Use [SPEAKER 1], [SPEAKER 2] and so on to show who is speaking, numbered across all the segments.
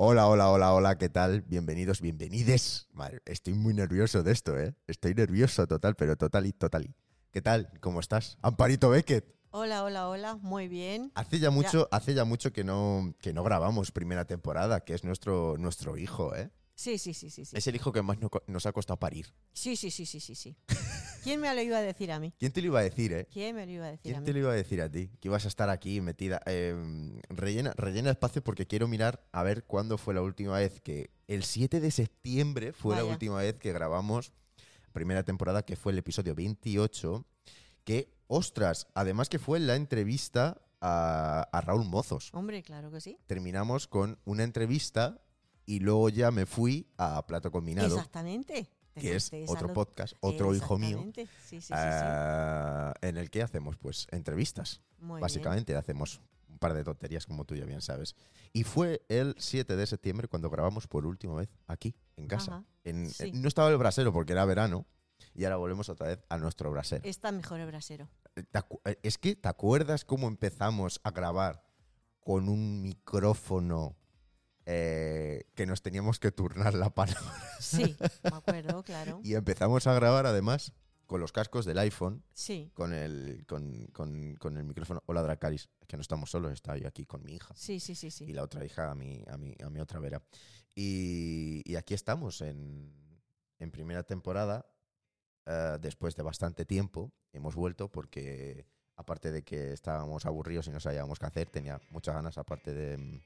[SPEAKER 1] Hola, hola, hola, hola, ¿qué tal? Bienvenidos, bienvenides. Madre, estoy muy nervioso de esto, ¿eh? Estoy nervioso total, pero total y total. y. ¿Qué tal? ¿Cómo estás? Amparito Beckett.
[SPEAKER 2] Hola, hola, hola, muy bien.
[SPEAKER 1] Hace ya mucho, hace ya mucho que no, que no grabamos primera temporada, que es nuestro, nuestro hijo, ¿eh?
[SPEAKER 2] Sí, sí, sí, sí, sí.
[SPEAKER 1] Es el hijo que más no co- nos ha costado parir.
[SPEAKER 2] Sí, sí, sí, sí, sí, sí. ¿Quién me lo iba a decir a mí?
[SPEAKER 1] ¿Quién te lo iba a decir, eh?
[SPEAKER 2] ¿Quién me lo iba a decir a
[SPEAKER 1] ¿Quién
[SPEAKER 2] mí?
[SPEAKER 1] te lo iba a decir a ti? Que ibas a estar aquí metida. Eh, rellena, rellena espacio porque quiero mirar a ver cuándo fue la última vez que. El 7 de septiembre fue la
[SPEAKER 2] Vaya.
[SPEAKER 1] última vez que grabamos primera temporada, que fue el episodio 28. Que, ostras, además que fue la entrevista a, a Raúl Mozos.
[SPEAKER 2] Hombre, claro que sí.
[SPEAKER 1] Terminamos con una entrevista y luego ya me fui a Plato Combinado,
[SPEAKER 2] Exactamente. Te
[SPEAKER 1] que es
[SPEAKER 2] conté esa
[SPEAKER 1] otro
[SPEAKER 2] not-
[SPEAKER 1] podcast, otro hijo mío.
[SPEAKER 2] Exactamente. Sí, sí, sí. sí.
[SPEAKER 1] Ah, en el que hacemos pues entrevistas.
[SPEAKER 2] Muy
[SPEAKER 1] Básicamente hacemos un par de tonterías como tú ya bien sabes. Y fue el 7 de septiembre cuando grabamos por última vez aquí, en casa.
[SPEAKER 2] Ajá,
[SPEAKER 1] En-
[SPEAKER 2] sí.
[SPEAKER 1] en- no estaba el brasero porque era verano. Y ahora volvemos otra vez a nuestro brasero.
[SPEAKER 2] bien. Está mejor el brasero.
[SPEAKER 1] ¿Te acu- eh, Es que, ¿te acuerdas cómo empezamos a grabar con un micrófono eh, que nos teníamos que turnar la palabra?
[SPEAKER 2] Sí, me acuerdo, claro.
[SPEAKER 1] Y empezamos a grabar además con los cascos del iPhone
[SPEAKER 2] Sí,
[SPEAKER 1] con el, con, con- con el micrófono. Hola, Dracaris. Es que no estamos solos, está yo aquí con mi hija.
[SPEAKER 2] sí, sí, sí,
[SPEAKER 1] Y
[SPEAKER 2] sí.
[SPEAKER 1] la otra hija a mi, a mi, a mi otra vera. Y, y aquí estamos en, en primera temporada. eh, después de bastante tiempo hemos vuelto porque, aparte de que estábamos aburridos y no sabíamos qué hacer, tenía muchas ganas, aparte de, mm,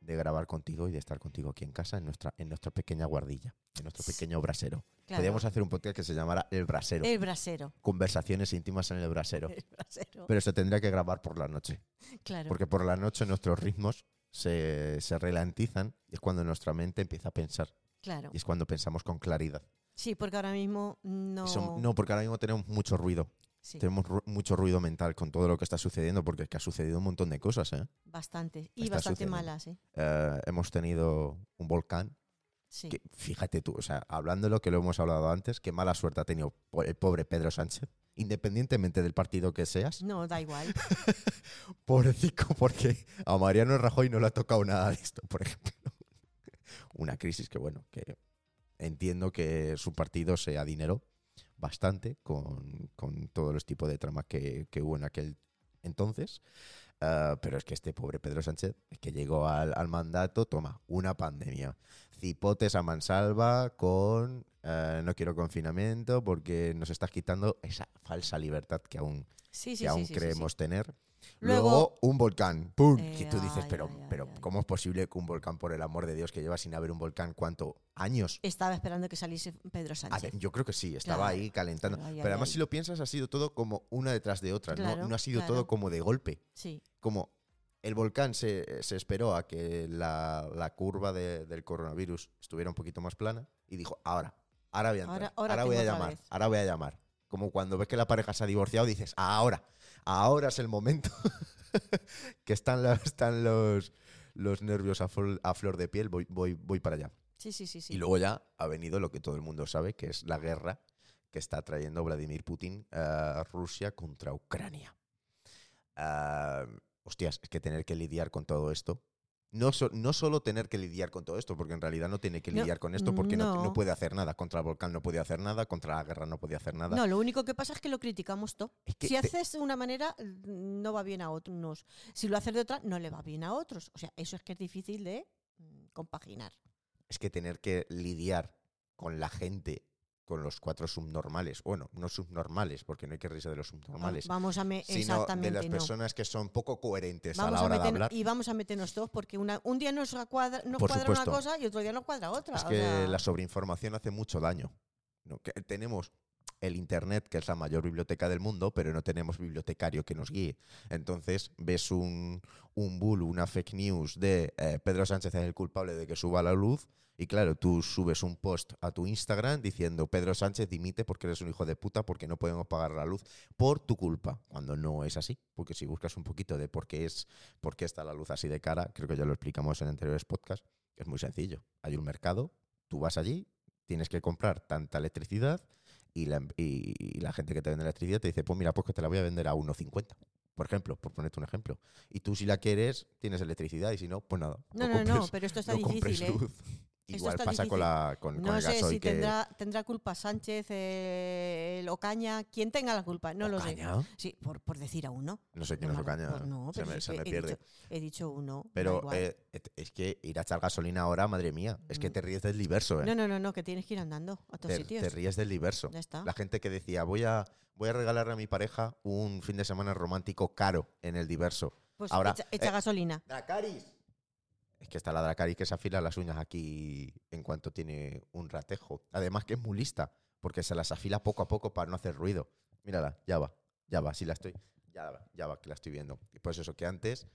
[SPEAKER 1] de grabar contigo y de estar contigo aquí en casa, en nuestra, en nuestra pequeña guardilla, en nuestro
[SPEAKER 2] Sí,
[SPEAKER 1] pequeño brasero.
[SPEAKER 2] Claro. Eh.
[SPEAKER 1] Podríamos hacer un podcast que se llamara El Brasero
[SPEAKER 2] El brasero.
[SPEAKER 1] conversaciones íntimas en el brasero.
[SPEAKER 2] El brasero.
[SPEAKER 1] Pero se tendría que grabar por la noche.
[SPEAKER 2] claro.
[SPEAKER 1] Porque por la noche nuestros ritmos se, se ralentizan y es cuando nuestra mente empieza a pensar.
[SPEAKER 2] Claro.
[SPEAKER 1] Y es cuando pensamos con claridad.
[SPEAKER 2] Sí, porque ahora mismo no.
[SPEAKER 1] Y som- no, porque ahora mismo tenemos mucho ruido.
[SPEAKER 2] sí,
[SPEAKER 1] Tenemos ru- mucho ruido mental con todo lo que está sucediendo porque es que ha sucedido un montón de cosas. ¿eh?
[SPEAKER 2] bastante. Y
[SPEAKER 1] está
[SPEAKER 2] bastante
[SPEAKER 1] sucediendo.
[SPEAKER 2] malas, ¿eh?
[SPEAKER 1] Eh, hemos tenido un volcán.
[SPEAKER 2] Sí.
[SPEAKER 1] Que, fíjate tú, o sea, hablando de lo que lo hemos hablado antes, qué mala suerte ha tenido po- el pobre Pedro Sánchez. Independientemente del partido que seas,
[SPEAKER 2] No, da igual.
[SPEAKER 1] Pobrecico, porque a Mariano Rajoy no le ha tocado nada de esto, por ejemplo. Una crisis que, bueno, que entiendo que su partido se adineró bastante con, con todos los tipos de tramas que, que hubo en aquel entonces. Ah, pero es que este pobre Pedro Sánchez, que llegó al, al mandato, toma, una pandemia. Cipotes a mansalva con eh, no quiero confinamiento porque nos estás quitando esa falsa libertad que aún
[SPEAKER 2] Sí, sí,
[SPEAKER 1] que aún
[SPEAKER 2] sí, sí, sí, sí.
[SPEAKER 1] creemos tener. Luego,
[SPEAKER 2] Luego-
[SPEAKER 1] un volcán. ¡Pum!
[SPEAKER 2] Eh,
[SPEAKER 1] y tú dices,
[SPEAKER 2] ay,
[SPEAKER 1] pero,
[SPEAKER 2] ay, ay,
[SPEAKER 1] pero
[SPEAKER 2] ay.
[SPEAKER 1] ¿cómo es posible que un volcán, por el amor de Dios, que lleva sin haber un volcán cuánto? ¿Años?
[SPEAKER 2] Estaba esperando que saliese Pedro
[SPEAKER 1] A
[SPEAKER 2] Eh, Sánchez.
[SPEAKER 1] ver, yo creo que sí, estaba
[SPEAKER 2] Claro.
[SPEAKER 1] ahí calentando.
[SPEAKER 2] Ay, ay,
[SPEAKER 1] pero además,
[SPEAKER 2] ay.
[SPEAKER 1] si lo piensas, ha sido todo como una detrás de otra. ¿no? no,
[SPEAKER 2] Claro,
[SPEAKER 1] ha sido
[SPEAKER 2] claro.
[SPEAKER 1] todo como de golpe.
[SPEAKER 2] Sí,
[SPEAKER 1] Como el volcán se, se esperó a que la, la curva de- del coronavirus estuviera un poquito más plana y dijo, ahora, ahora voy a entrar,
[SPEAKER 2] Ahora-
[SPEAKER 1] ahora,
[SPEAKER 2] ahora
[SPEAKER 1] voy a
[SPEAKER 2] tengo otra
[SPEAKER 1] llamar,
[SPEAKER 2] vez".
[SPEAKER 1] ahora voy a llamar. Como cuando ves que la pareja se ha divorciado, dices, ahora, ahora es el momento que están, la- están los, los nervios a, flor- a flor de piel, voy, voy, voy para allá.
[SPEAKER 2] sí, sí, sí. sí.
[SPEAKER 1] Y luego ya ha venido lo que todo el mundo sabe, que es la guerra que está trayendo Vladimir Putin a Rusia contra Ucrania. Ah, hostias, es que tener que lidiar con todo esto. No, so- no solo tener que lidiar con todo esto, porque en realidad no tiene que
[SPEAKER 2] No,
[SPEAKER 1] lidiar con esto, porque no. no
[SPEAKER 2] no.
[SPEAKER 1] puede hacer nada. Contra el volcán no puede hacer nada, contra la guerra no puede hacer nada.
[SPEAKER 2] No, lo único que pasa es que lo criticamos todo.
[SPEAKER 1] Es que
[SPEAKER 2] si
[SPEAKER 1] te-
[SPEAKER 2] haces de una manera, mm, no va bien a otros. Si lo haces de otra, no le va bien a otros. O sea, eso es que es difícil de mm, compaginar.
[SPEAKER 1] es que tener que lidiar con la gente, con los cuatro subnormales, bueno, no subnormales, porque no hay que reírse de los
[SPEAKER 2] Va-
[SPEAKER 1] subnormales,
[SPEAKER 2] Vamos a me-
[SPEAKER 1] sino de
[SPEAKER 2] exactamente
[SPEAKER 1] las
[SPEAKER 2] no.
[SPEAKER 1] personas que son poco coherentes
[SPEAKER 2] Vamos
[SPEAKER 1] a la
[SPEAKER 2] a
[SPEAKER 1] hora de
[SPEAKER 2] meter-
[SPEAKER 1] hablar.
[SPEAKER 2] y vamos a meternos todos porque una- un día nos cuadra, nos
[SPEAKER 1] Por
[SPEAKER 2] cuadra
[SPEAKER 1] supuesto.
[SPEAKER 2] una cosa y otro día nos cuadra otra.
[SPEAKER 1] Es
[SPEAKER 2] o
[SPEAKER 1] que
[SPEAKER 2] sea,
[SPEAKER 1] la sobreinformación hace mucho daño. ¿no? Que tenemos el Internet, que es la mayor biblioteca del mundo, pero no tenemos bibliotecario que nos guíe. Entonces ves un, un bull, una fake news de eh, Pedro Sánchez es el culpable de que suba la luz. Y claro, tú subes un post a tu Instagram diciendo Pedro Sánchez dimite porque eres un hijo de puta porque no podemos pagar la luz por tu culpa, cuando no es así. Porque si buscas un poquito de por qué, es, por qué está la luz así de cara, creo que ya lo explicamos en anteriores podcasts, es muy sencillo. Hay un mercado, tú vas allí, tienes que comprar tanta electricidad y la, em- y- y la gente que te vende electricidad te dice, pues mira, pues que te la voy a vender a 1,50. por ejemplo, por ponerte un ejemplo. Y tú si la quieres, tienes electricidad y si no, pues nada.
[SPEAKER 2] No, no, no,
[SPEAKER 1] compres-
[SPEAKER 2] pero esto está
[SPEAKER 1] no compres
[SPEAKER 2] difícil, ¿eh?
[SPEAKER 1] luz. Igual
[SPEAKER 2] está
[SPEAKER 1] pasa con,
[SPEAKER 2] difícil.
[SPEAKER 1] la, con, con
[SPEAKER 2] No
[SPEAKER 1] el
[SPEAKER 2] sé
[SPEAKER 1] gasoil
[SPEAKER 2] si
[SPEAKER 1] que...
[SPEAKER 2] tendrá, tendrá culpa Sánchez, eh, el Ocaña, quien tenga la culpa, no lo sé.
[SPEAKER 1] Ocaña.
[SPEAKER 2] Sí, por, por decir a uno.
[SPEAKER 1] No sé quién
[SPEAKER 2] No
[SPEAKER 1] es
[SPEAKER 2] me acuerdo.
[SPEAKER 1] Ocaña.
[SPEAKER 2] No,
[SPEAKER 1] se
[SPEAKER 2] pero si
[SPEAKER 1] me, se
[SPEAKER 2] es
[SPEAKER 1] me
[SPEAKER 2] que he
[SPEAKER 1] pierde.
[SPEAKER 2] dicho- He dicho uno. da
[SPEAKER 1] Pero
[SPEAKER 2] igual.
[SPEAKER 1] eh, et- es que ir a echar gasolina ahora, madre mía, es que
[SPEAKER 2] Mm.
[SPEAKER 1] te ríes del diverso, ¿eh?
[SPEAKER 2] No, no, no, no, que tienes que ir andando a todos
[SPEAKER 1] te,
[SPEAKER 2] sitios.
[SPEAKER 1] te ríes del diverso.
[SPEAKER 2] Ya está.
[SPEAKER 1] La gente que decía, voy a, voy a regalarle a mi pareja un fin de semana romántico caro en el diverso.
[SPEAKER 2] Pues
[SPEAKER 1] ahora,
[SPEAKER 2] echa, echa
[SPEAKER 1] eh,
[SPEAKER 2] gasolina.
[SPEAKER 1] ¡Dracaris! Es que está la Dracaris que se afila las uñas aquí en cuanto tiene un ratejo. Además que es muy lista, porque se las afila poco a poco para no hacer ruido. Mírala, ya va, ya va, sí la estoy, ya va, ya va, que la estoy viendo. Y pues eso, que antes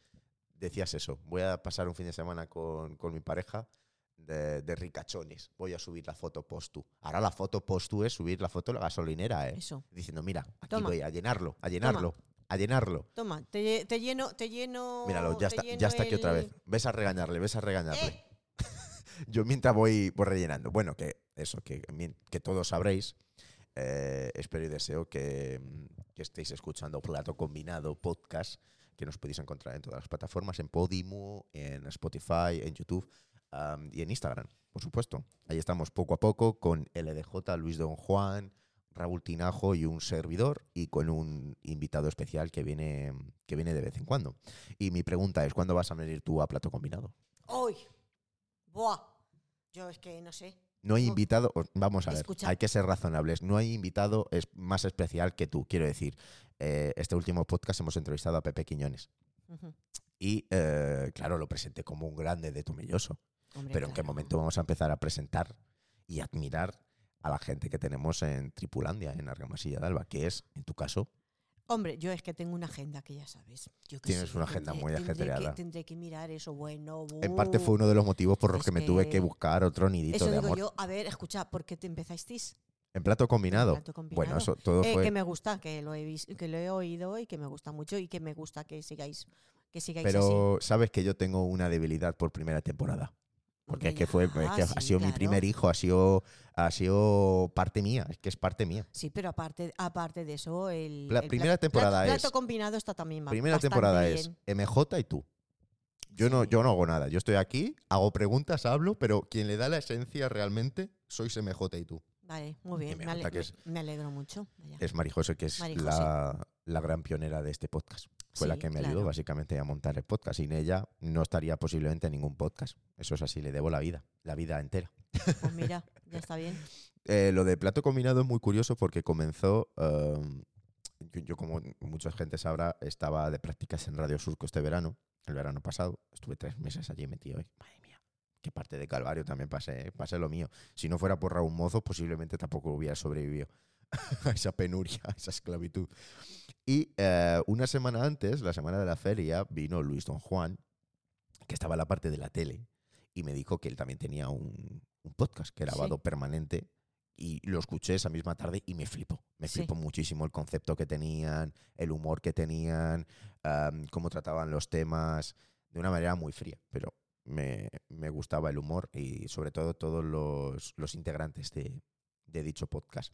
[SPEAKER 1] decías eso, voy a pasar un fin de semana con, con mi pareja de, de ricachones, voy a subir la foto post-tú. Ahora la foto post-tú es subir la foto a la gasolinera, ¿eh?
[SPEAKER 2] Eso.
[SPEAKER 1] Diciendo, mira, aquí
[SPEAKER 2] Toma.
[SPEAKER 1] voy a llenarlo, a llenarlo, a llenarlo.
[SPEAKER 2] Toma, te, te lleno, te lleno.
[SPEAKER 1] Míralo, ya
[SPEAKER 2] te
[SPEAKER 1] está,
[SPEAKER 2] lleno
[SPEAKER 1] ya está aquí otra
[SPEAKER 2] el-
[SPEAKER 1] vez. Ves a regañarle, ves a regañarle.
[SPEAKER 2] ¡Eh!
[SPEAKER 1] Yo mientras voy, voy rellenando. Bueno, que eso, que, mien- que todos sabréis. eh, espero y deseo que, mm, que estéis escuchando Plato Combinado Podcast, que nos podéis encontrar en todas las plataformas, en Podimo, en Spotify, en YouTube am, y en Instagram, por supuesto. Ahí estamos poco a poco con LDJ, Luis Don Juan, Raúl Tinajo y un servidor y con un invitado especial que viene, que viene de vez en cuando. Y mi pregunta es, ¿cuándo vas a venir tú a Plato Combinado?
[SPEAKER 2] ¡Uy! ¡Buah! Yo es que no sé.
[SPEAKER 1] No hay
[SPEAKER 2] No.
[SPEAKER 1] invitado, o- vamos a ver,
[SPEAKER 2] Escucha.
[SPEAKER 1] hay que ser razonables. No hay invitado es más especial que tú. Quiero decir, eh, este último podcast hemos entrevistado a Pepe Quiñones.
[SPEAKER 2] Ujú.
[SPEAKER 1] Y eh, claro, lo presenté como un grande de Tomelloso.
[SPEAKER 2] Hombre,
[SPEAKER 1] Pero en qué
[SPEAKER 2] claro.
[SPEAKER 1] momento vamos a empezar a presentar y admirar a la gente que tenemos en Tripulandia, en Argamasilla de Alba, que es, en tu caso,
[SPEAKER 2] Hombre, yo es que tengo una agenda que ya sabes. Yo qué
[SPEAKER 1] Tienes
[SPEAKER 2] sé,
[SPEAKER 1] una agenda muy
[SPEAKER 2] tendré que-
[SPEAKER 1] ajetreada.
[SPEAKER 2] Tendré que mirar eso, bueno.
[SPEAKER 1] en parte
[SPEAKER 2] buh.
[SPEAKER 1] fue uno de los motivos por los
[SPEAKER 2] Uh, Es
[SPEAKER 1] que me tuve
[SPEAKER 2] que-
[SPEAKER 1] que buscar otro nidito
[SPEAKER 2] uh. Eso
[SPEAKER 1] de
[SPEAKER 2] digo
[SPEAKER 1] amor.
[SPEAKER 2] yo. A ver, escucha, ¿por qué te empezasteis?
[SPEAKER 1] En plato combinado.
[SPEAKER 2] plato
[SPEAKER 1] Bueno,
[SPEAKER 2] combinado.
[SPEAKER 1] eso todo
[SPEAKER 2] Eh,
[SPEAKER 1] fue...
[SPEAKER 2] Que me gusta, que lo, he vis- que lo he oído y que me gusta mucho y que me gusta que sigáis, que sigáis así.
[SPEAKER 1] Pero sabes que yo tengo una debilidad por primera temporada. Porque es
[SPEAKER 2] Hombre,
[SPEAKER 1] que fue, es
[SPEAKER 2] ya,
[SPEAKER 1] que ha
[SPEAKER 2] Ah, sí,
[SPEAKER 1] sido mi
[SPEAKER 2] claro.
[SPEAKER 1] primer hijo, ha sido, ha sido parte mía, es que es parte mía.
[SPEAKER 2] Sí, pero aparte, aparte de eso, el.
[SPEAKER 1] La
[SPEAKER 2] el
[SPEAKER 1] primera
[SPEAKER 2] plato-
[SPEAKER 1] temporada
[SPEAKER 2] plato,
[SPEAKER 1] es-
[SPEAKER 2] Plato combinado está también ba-
[SPEAKER 1] Primera
[SPEAKER 2] bastante
[SPEAKER 1] temporada
[SPEAKER 2] bien.
[SPEAKER 1] es MJ y tú. Yo no,
[SPEAKER 2] Sí.
[SPEAKER 1] yo no hago nada, yo estoy aquí, hago preguntas, hablo, pero quien le da la esencia realmente sois MJ y tú.
[SPEAKER 2] Vale, muy bien.
[SPEAKER 1] me
[SPEAKER 2] Me, ale-
[SPEAKER 1] gusta que
[SPEAKER 2] me-
[SPEAKER 1] es-
[SPEAKER 2] me alegro mucho. vaya.
[SPEAKER 1] Es Marijose, que es
[SPEAKER 2] Mari José.
[SPEAKER 1] la, la gran pionera de este podcast. Fue la
[SPEAKER 2] Sí,
[SPEAKER 1] que me ayudó
[SPEAKER 2] claro.
[SPEAKER 1] básicamente a montar el podcast. Sin ella no estaría posiblemente ningún podcast. Eso es así, le debo la vida, la vida entera.
[SPEAKER 2] Pues mira, ya está bien.
[SPEAKER 1] Eh, lo de plato combinado es muy curioso porque comenzó. em, yo, yo como mucha gente sabrá, estaba de prácticas en Radio Surco este verano, el verano pasado. Estuve tres meses allí metido. ¿eh? Madre mía, qué parte de Calvario también pasé, ¿eh? pasé lo mío. Si no fuera por Raúl Mozo, posiblemente tampoco hubiera sobrevivido a esa penuria, a esa esclavitud. Y eh, una semana antes, la semana de la feria, vino Luis Don Juan, que estaba en la parte de la tele, y me dijo que él también tenía un, un podcast que era
[SPEAKER 2] Sí.
[SPEAKER 1] grabado permanente. Y lo escuché esa misma tarde y me flipó. Me
[SPEAKER 2] Sí.
[SPEAKER 1] flipó muchísimo el concepto que tenían, el humor que tenían, am, cómo trataban los temas, de una manera muy fría. Pero me, me gustaba el humor y sobre todo todos los, los integrantes de, de dicho podcast.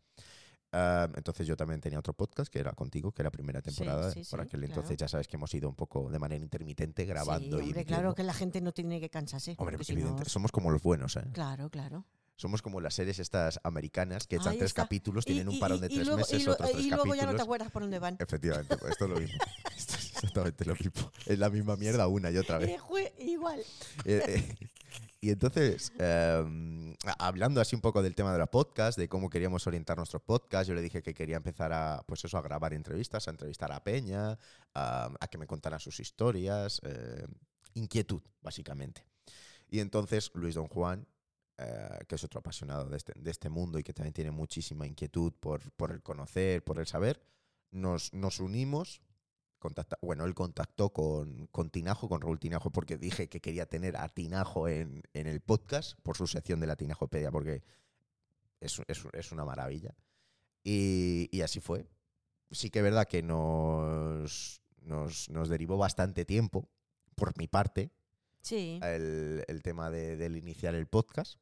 [SPEAKER 1] Am, entonces yo también tenía otro podcast que era contigo, que era primera temporada.
[SPEAKER 2] sí,
[SPEAKER 1] por
[SPEAKER 2] sí,
[SPEAKER 1] aquel
[SPEAKER 2] claro.
[SPEAKER 1] entonces ya sabes que hemos ido un poco de manera intermitente
[SPEAKER 2] sí,
[SPEAKER 1] grabando. y
[SPEAKER 2] hombre,
[SPEAKER 1] emitiendo.
[SPEAKER 2] claro que la gente no tiene que cansarse.
[SPEAKER 1] Hombre, pues
[SPEAKER 2] porque si no-
[SPEAKER 1] evidente, somos como los buenos, ¿eh?
[SPEAKER 2] Claro, claro.
[SPEAKER 1] Somos como las series estas americanas que echan
[SPEAKER 2] Ahí
[SPEAKER 1] tres
[SPEAKER 2] está.
[SPEAKER 1] capítulos,
[SPEAKER 2] Y-
[SPEAKER 1] tienen
[SPEAKER 2] y-
[SPEAKER 1] un parón
[SPEAKER 2] y-
[SPEAKER 1] de
[SPEAKER 2] y
[SPEAKER 1] tres
[SPEAKER 2] luego-
[SPEAKER 1] meses,
[SPEAKER 2] y lo-
[SPEAKER 1] otro tres
[SPEAKER 2] Y luego ya no te
[SPEAKER 1] capítulos.
[SPEAKER 2] acuerdas por dónde van.
[SPEAKER 1] Efectivamente, pues esto es lo mismo. Esto es exactamente lo mismo. Es la misma mierda una y otra vez.
[SPEAKER 2] Eh, jue- igual.
[SPEAKER 1] Eh, eh, y entonces, em, a- hablando así un poco del tema de los podcasts, de cómo queríamos orientar nuestros podcasts, yo le dije que quería empezar a, pues eso, a grabar entrevistas, a entrevistar a Peña, a, a que me contaran sus historias, eh, inquietud, básicamente. Y entonces Luis Don Juan, eh, que es otro apasionado de este, de este mundo y que también tiene muchísima inquietud por, por el conocer, por el saber, nos, nos unimos contacta- bueno, él contactó con, con Tinajo, con Raúl Tinajo, porque dije que quería tener a Tinajo en, en el podcast por su sección de la Tinajopedia, porque es, es- es una maravilla. Y, y así fue. Sí que es verdad que nos, nos, nos derivó bastante tiempo, por mi parte,
[SPEAKER 2] Sí.
[SPEAKER 1] el, el tema de- del iniciar el podcast.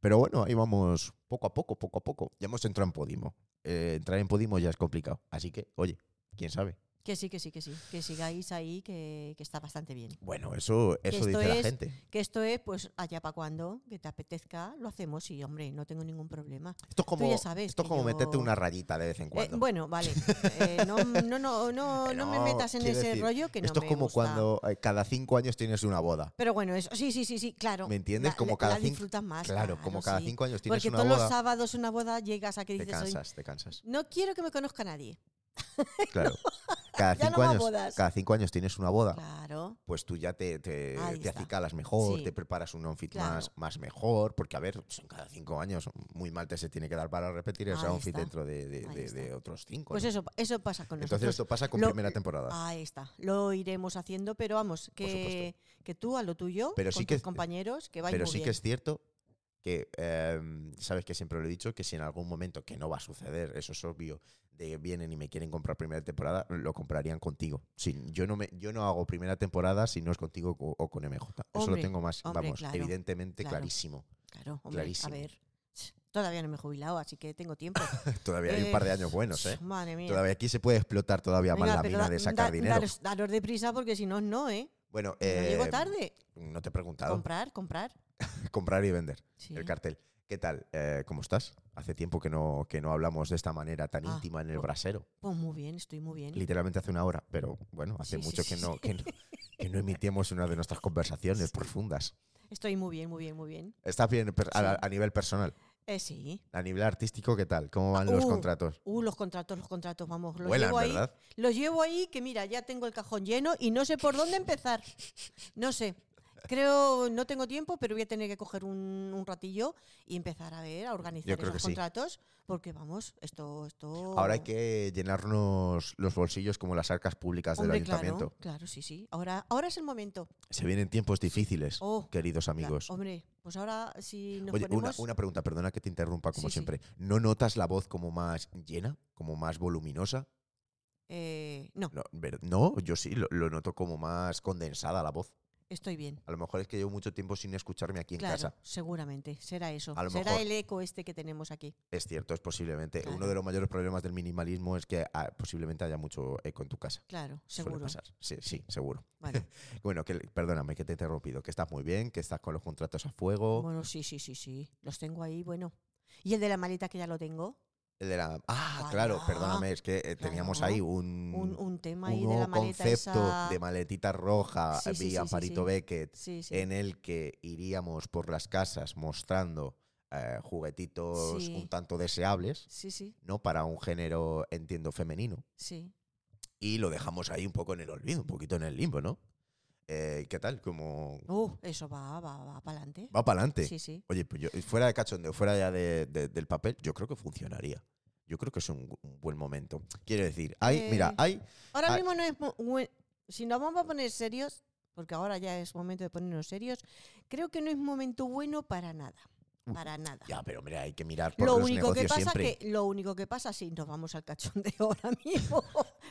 [SPEAKER 1] Pero bueno, ahí vamos poco a poco, poco a poco. Ya hemos entrado en Podimo. Eh, entrar en Podimo ya es complicado. Así que, oye, quién sabe.
[SPEAKER 2] Que sí, que sí, que sí. Que sigáis ahí, que, que está bastante bien.
[SPEAKER 1] Bueno, eso, eso
[SPEAKER 2] esto
[SPEAKER 1] dice la
[SPEAKER 2] es-
[SPEAKER 1] gente.
[SPEAKER 2] Que esto es, pues, allá para cuando, que te apetezca, lo hacemos y, hombre, no tengo ningún problema.
[SPEAKER 1] Esto es como,
[SPEAKER 2] ya sabes
[SPEAKER 1] esto es
[SPEAKER 2] que
[SPEAKER 1] como
[SPEAKER 2] yo-
[SPEAKER 1] meterte una rayita de vez en
[SPEAKER 2] Eh,
[SPEAKER 1] cuando.
[SPEAKER 2] bueno, vale. Eh, no, no, no, no, no me
[SPEAKER 1] No,
[SPEAKER 2] metas en
[SPEAKER 1] quiero
[SPEAKER 2] ese
[SPEAKER 1] decir,
[SPEAKER 2] rollo que no
[SPEAKER 1] esto es
[SPEAKER 2] me
[SPEAKER 1] como
[SPEAKER 2] gusta.
[SPEAKER 1] cuando eh, cada cinco años tienes una boda.
[SPEAKER 2] Pero bueno, eso, sí, sí, sí, sí, claro.
[SPEAKER 1] ¿Me entiendes?
[SPEAKER 2] La-
[SPEAKER 1] Como
[SPEAKER 2] la-
[SPEAKER 1] cada
[SPEAKER 2] la
[SPEAKER 1] cinco-
[SPEAKER 2] disfrutas más.
[SPEAKER 1] Claro, como cada
[SPEAKER 2] sí.
[SPEAKER 1] cinco años tienes
[SPEAKER 2] Porque
[SPEAKER 1] una
[SPEAKER 2] todos los
[SPEAKER 1] boda.
[SPEAKER 2] sábados una boda llegas a que
[SPEAKER 1] Te
[SPEAKER 2] dices, "Hoy
[SPEAKER 1] cansas, te cansas.
[SPEAKER 2] no quiero que me conozca nadie.
[SPEAKER 1] Claro. Cada
[SPEAKER 2] Ya no
[SPEAKER 1] cinco
[SPEAKER 2] va a
[SPEAKER 1] años,
[SPEAKER 2] bodas.
[SPEAKER 1] cada cinco años tienes una boda.
[SPEAKER 2] Claro.
[SPEAKER 1] pues tú ya te, te,
[SPEAKER 2] Ahí
[SPEAKER 1] te
[SPEAKER 2] está.
[SPEAKER 1] acicalas mejor,
[SPEAKER 2] Sí.
[SPEAKER 1] te preparas un outfit
[SPEAKER 2] Claro.
[SPEAKER 1] más, más mejor, porque a ver, son cada cinco años, muy mal te se tiene que dar para repetir ese
[SPEAKER 2] Ahí
[SPEAKER 1] outfit
[SPEAKER 2] está.
[SPEAKER 1] dentro de, de-
[SPEAKER 2] Ahí
[SPEAKER 1] de-
[SPEAKER 2] está.
[SPEAKER 1] de otros cinco.
[SPEAKER 2] Pues
[SPEAKER 1] ¿no?
[SPEAKER 2] eso, eso pasa con
[SPEAKER 1] Entonces
[SPEAKER 2] nosotros.
[SPEAKER 1] esto pasa con
[SPEAKER 2] lo-
[SPEAKER 1] primera temporada.
[SPEAKER 2] Ahí está. Lo iremos haciendo, pero vamos, que, que tú a lo tuyo,
[SPEAKER 1] Pero
[SPEAKER 2] con
[SPEAKER 1] sí
[SPEAKER 2] tus
[SPEAKER 1] que- eh,
[SPEAKER 2] compañeros, que vais
[SPEAKER 1] Pero
[SPEAKER 2] muy
[SPEAKER 1] sí
[SPEAKER 2] bien.
[SPEAKER 1] que es cierto que, em, sabes que siempre lo he dicho, que si en algún momento, que no va a suceder, eso es obvio, de vienen y me quieren comprar primera temporada, lo comprarían contigo. Sí, yo, no me, yo no hago primera temporada si no es contigo o, o con MJ. eso lo
[SPEAKER 2] Hombre,
[SPEAKER 1] tengo más,
[SPEAKER 2] hombre,
[SPEAKER 1] vamos,
[SPEAKER 2] claro,
[SPEAKER 1] evidentemente
[SPEAKER 2] claro.
[SPEAKER 1] clarísimo.
[SPEAKER 2] Claro, hombre,
[SPEAKER 1] Clarísimo.
[SPEAKER 2] a ver. Todavía no me he jubilado, así que tengo tiempo.
[SPEAKER 1] Todavía hay un par de
[SPEAKER 2] Eh,
[SPEAKER 1] años buenos, ¿eh?
[SPEAKER 2] Madre mía.
[SPEAKER 1] Todavía aquí se puede explotar todavía más
[SPEAKER 2] Venga,
[SPEAKER 1] la
[SPEAKER 2] pero
[SPEAKER 1] mina
[SPEAKER 2] da-
[SPEAKER 1] de sacar
[SPEAKER 2] da-
[SPEAKER 1] dinero.
[SPEAKER 2] Daros, daros deprisa porque si no, no, ¿eh?
[SPEAKER 1] bueno,
[SPEAKER 2] Si no llego
[SPEAKER 1] eh,
[SPEAKER 2] tarde.
[SPEAKER 1] no te he preguntado.
[SPEAKER 2] Comprar, comprar.
[SPEAKER 1] Comprar y vender.
[SPEAKER 2] Sí.
[SPEAKER 1] El cartel. ¿Qué tal? Eh, ¿Cómo estás? Hace tiempo que no, que no hablamos de esta manera tan
[SPEAKER 2] Ah,
[SPEAKER 1] íntima en el
[SPEAKER 2] bu-
[SPEAKER 1] brasero.
[SPEAKER 2] Pues muy bien, estoy muy bien.
[SPEAKER 1] Literalmente hace una hora, pero bueno, hace
[SPEAKER 2] Sí, sí,
[SPEAKER 1] mucho
[SPEAKER 2] sí,
[SPEAKER 1] que,
[SPEAKER 2] sí.
[SPEAKER 1] No, que no que no emitimos una de nuestras conversaciones profundas.
[SPEAKER 2] Estoy muy bien, muy bien, muy bien.
[SPEAKER 1] Estás bien per- a,
[SPEAKER 2] Sí.
[SPEAKER 1] a nivel personal.
[SPEAKER 2] Eh, sí.
[SPEAKER 1] A nivel artístico, ¿qué tal? ¿Cómo van los
[SPEAKER 2] uh,
[SPEAKER 1] contratos?
[SPEAKER 2] Uh, los contratos, los contratos, vamos. Los
[SPEAKER 1] Vuelan,
[SPEAKER 2] llevo ahí.
[SPEAKER 1] ¿verdad?
[SPEAKER 2] Los llevo ahí que mira, ya tengo el cajón lleno y no sé por dónde empezar. No sé. Creo, no tengo tiempo, pero voy a tener que coger un, un ratillo y empezar a ver, a organizar
[SPEAKER 1] creo
[SPEAKER 2] esos
[SPEAKER 1] que sí.
[SPEAKER 2] contratos, porque vamos, esto, esto.
[SPEAKER 1] Ahora hay que llenarnos los bolsillos como las arcas públicas
[SPEAKER 2] Hombre,
[SPEAKER 1] del ayuntamiento.
[SPEAKER 2] Claro, claro, sí, sí. Ahora, ahora es el momento.
[SPEAKER 1] Se vienen tiempos difíciles,
[SPEAKER 2] Oh,
[SPEAKER 1] queridos
[SPEAKER 2] Claro,
[SPEAKER 1] amigos.
[SPEAKER 2] hombre, pues ahora si nos
[SPEAKER 1] Oye, una,
[SPEAKER 2] ponemos.
[SPEAKER 1] una pregunta, perdona que te interrumpa como
[SPEAKER 2] Sí, sí.
[SPEAKER 1] siempre. ¿No notas la voz como más llena, como más voluminosa?
[SPEAKER 2] eh, no,
[SPEAKER 1] No, ver- no, yo sí, lo, lo noto como más condensada la voz.
[SPEAKER 2] estoy bien.
[SPEAKER 1] A lo mejor es que llevo mucho tiempo sin escucharme aquí en
[SPEAKER 2] Claro,
[SPEAKER 1] casa.
[SPEAKER 2] seguramente. Será eso.
[SPEAKER 1] A lo
[SPEAKER 2] Será
[SPEAKER 1] mejor.
[SPEAKER 2] el eco este que tenemos aquí.
[SPEAKER 1] Es cierto, es posiblemente. Uno
[SPEAKER 2] Claro.
[SPEAKER 1] de los mayores problemas del minimalismo es que ah, posiblemente haya mucho eco en tu casa.
[SPEAKER 2] Claro,
[SPEAKER 1] Suele
[SPEAKER 2] seguro.
[SPEAKER 1] pasar. Sí, sí, seguro.
[SPEAKER 2] Vale.
[SPEAKER 1] Bueno, que, perdóname que te he interrumpido, que estás muy bien, que estás con los contratos a fuego.
[SPEAKER 2] Bueno, sí, sí, sí, sí. Los tengo ahí, bueno. ¿Y el de la maleta que ya lo tengo?
[SPEAKER 1] El de la- ah,
[SPEAKER 2] Guau,
[SPEAKER 1] claro,
[SPEAKER 2] guau.
[SPEAKER 1] perdóname, es que eh, teníamos
[SPEAKER 2] Claro.
[SPEAKER 1] ahí
[SPEAKER 2] Un, un tema ahí
[SPEAKER 1] Mm, un
[SPEAKER 2] de la
[SPEAKER 1] nuevo
[SPEAKER 2] maleta
[SPEAKER 1] concepto
[SPEAKER 2] esa.
[SPEAKER 1] de maletita roja
[SPEAKER 2] Sí, sí,
[SPEAKER 1] vía
[SPEAKER 2] sí, sí,
[SPEAKER 1] Amparito
[SPEAKER 2] sí.
[SPEAKER 1] Beckett,
[SPEAKER 2] Sí, sí.
[SPEAKER 1] en el que iríamos por las casas mostrando eh, juguetitos
[SPEAKER 2] Sí.
[SPEAKER 1] un tanto deseables,
[SPEAKER 2] Sí, sí,
[SPEAKER 1] ¿no? Para un género, entiendo, femenino.
[SPEAKER 2] sí.
[SPEAKER 1] Y lo dejamos ahí un poco en el olvido, un poquito en el limbo, ¿no? Eh, ¿Qué tal? Como
[SPEAKER 2] Uh, eso va, va, va para adelante.
[SPEAKER 1] va para adelante.
[SPEAKER 2] Sí, sí.
[SPEAKER 1] Oye, pues yo, fuera de cachondeo, fuera ya de- de- del papel, yo creo que funcionaría. Yo creo que es un, un buen momento. Quiero decir, hay, mira,
[SPEAKER 2] Eh,
[SPEAKER 1] hay,
[SPEAKER 2] Ahora
[SPEAKER 1] Ah.
[SPEAKER 2] mismo no es. mu- buen- Si nos vamos a poner serios, porque ahora ya es momento de ponernos serios, creo que no es momento bueno para nada.
[SPEAKER 1] Uh,
[SPEAKER 2] Para nada.
[SPEAKER 1] ya, pero mira, hay que mirar por
[SPEAKER 2] Lo
[SPEAKER 1] los
[SPEAKER 2] único que
[SPEAKER 1] negocios
[SPEAKER 2] pasa
[SPEAKER 1] siempre.
[SPEAKER 2] que lo único que pasa si nos vamos al cachondeo ahora mismo,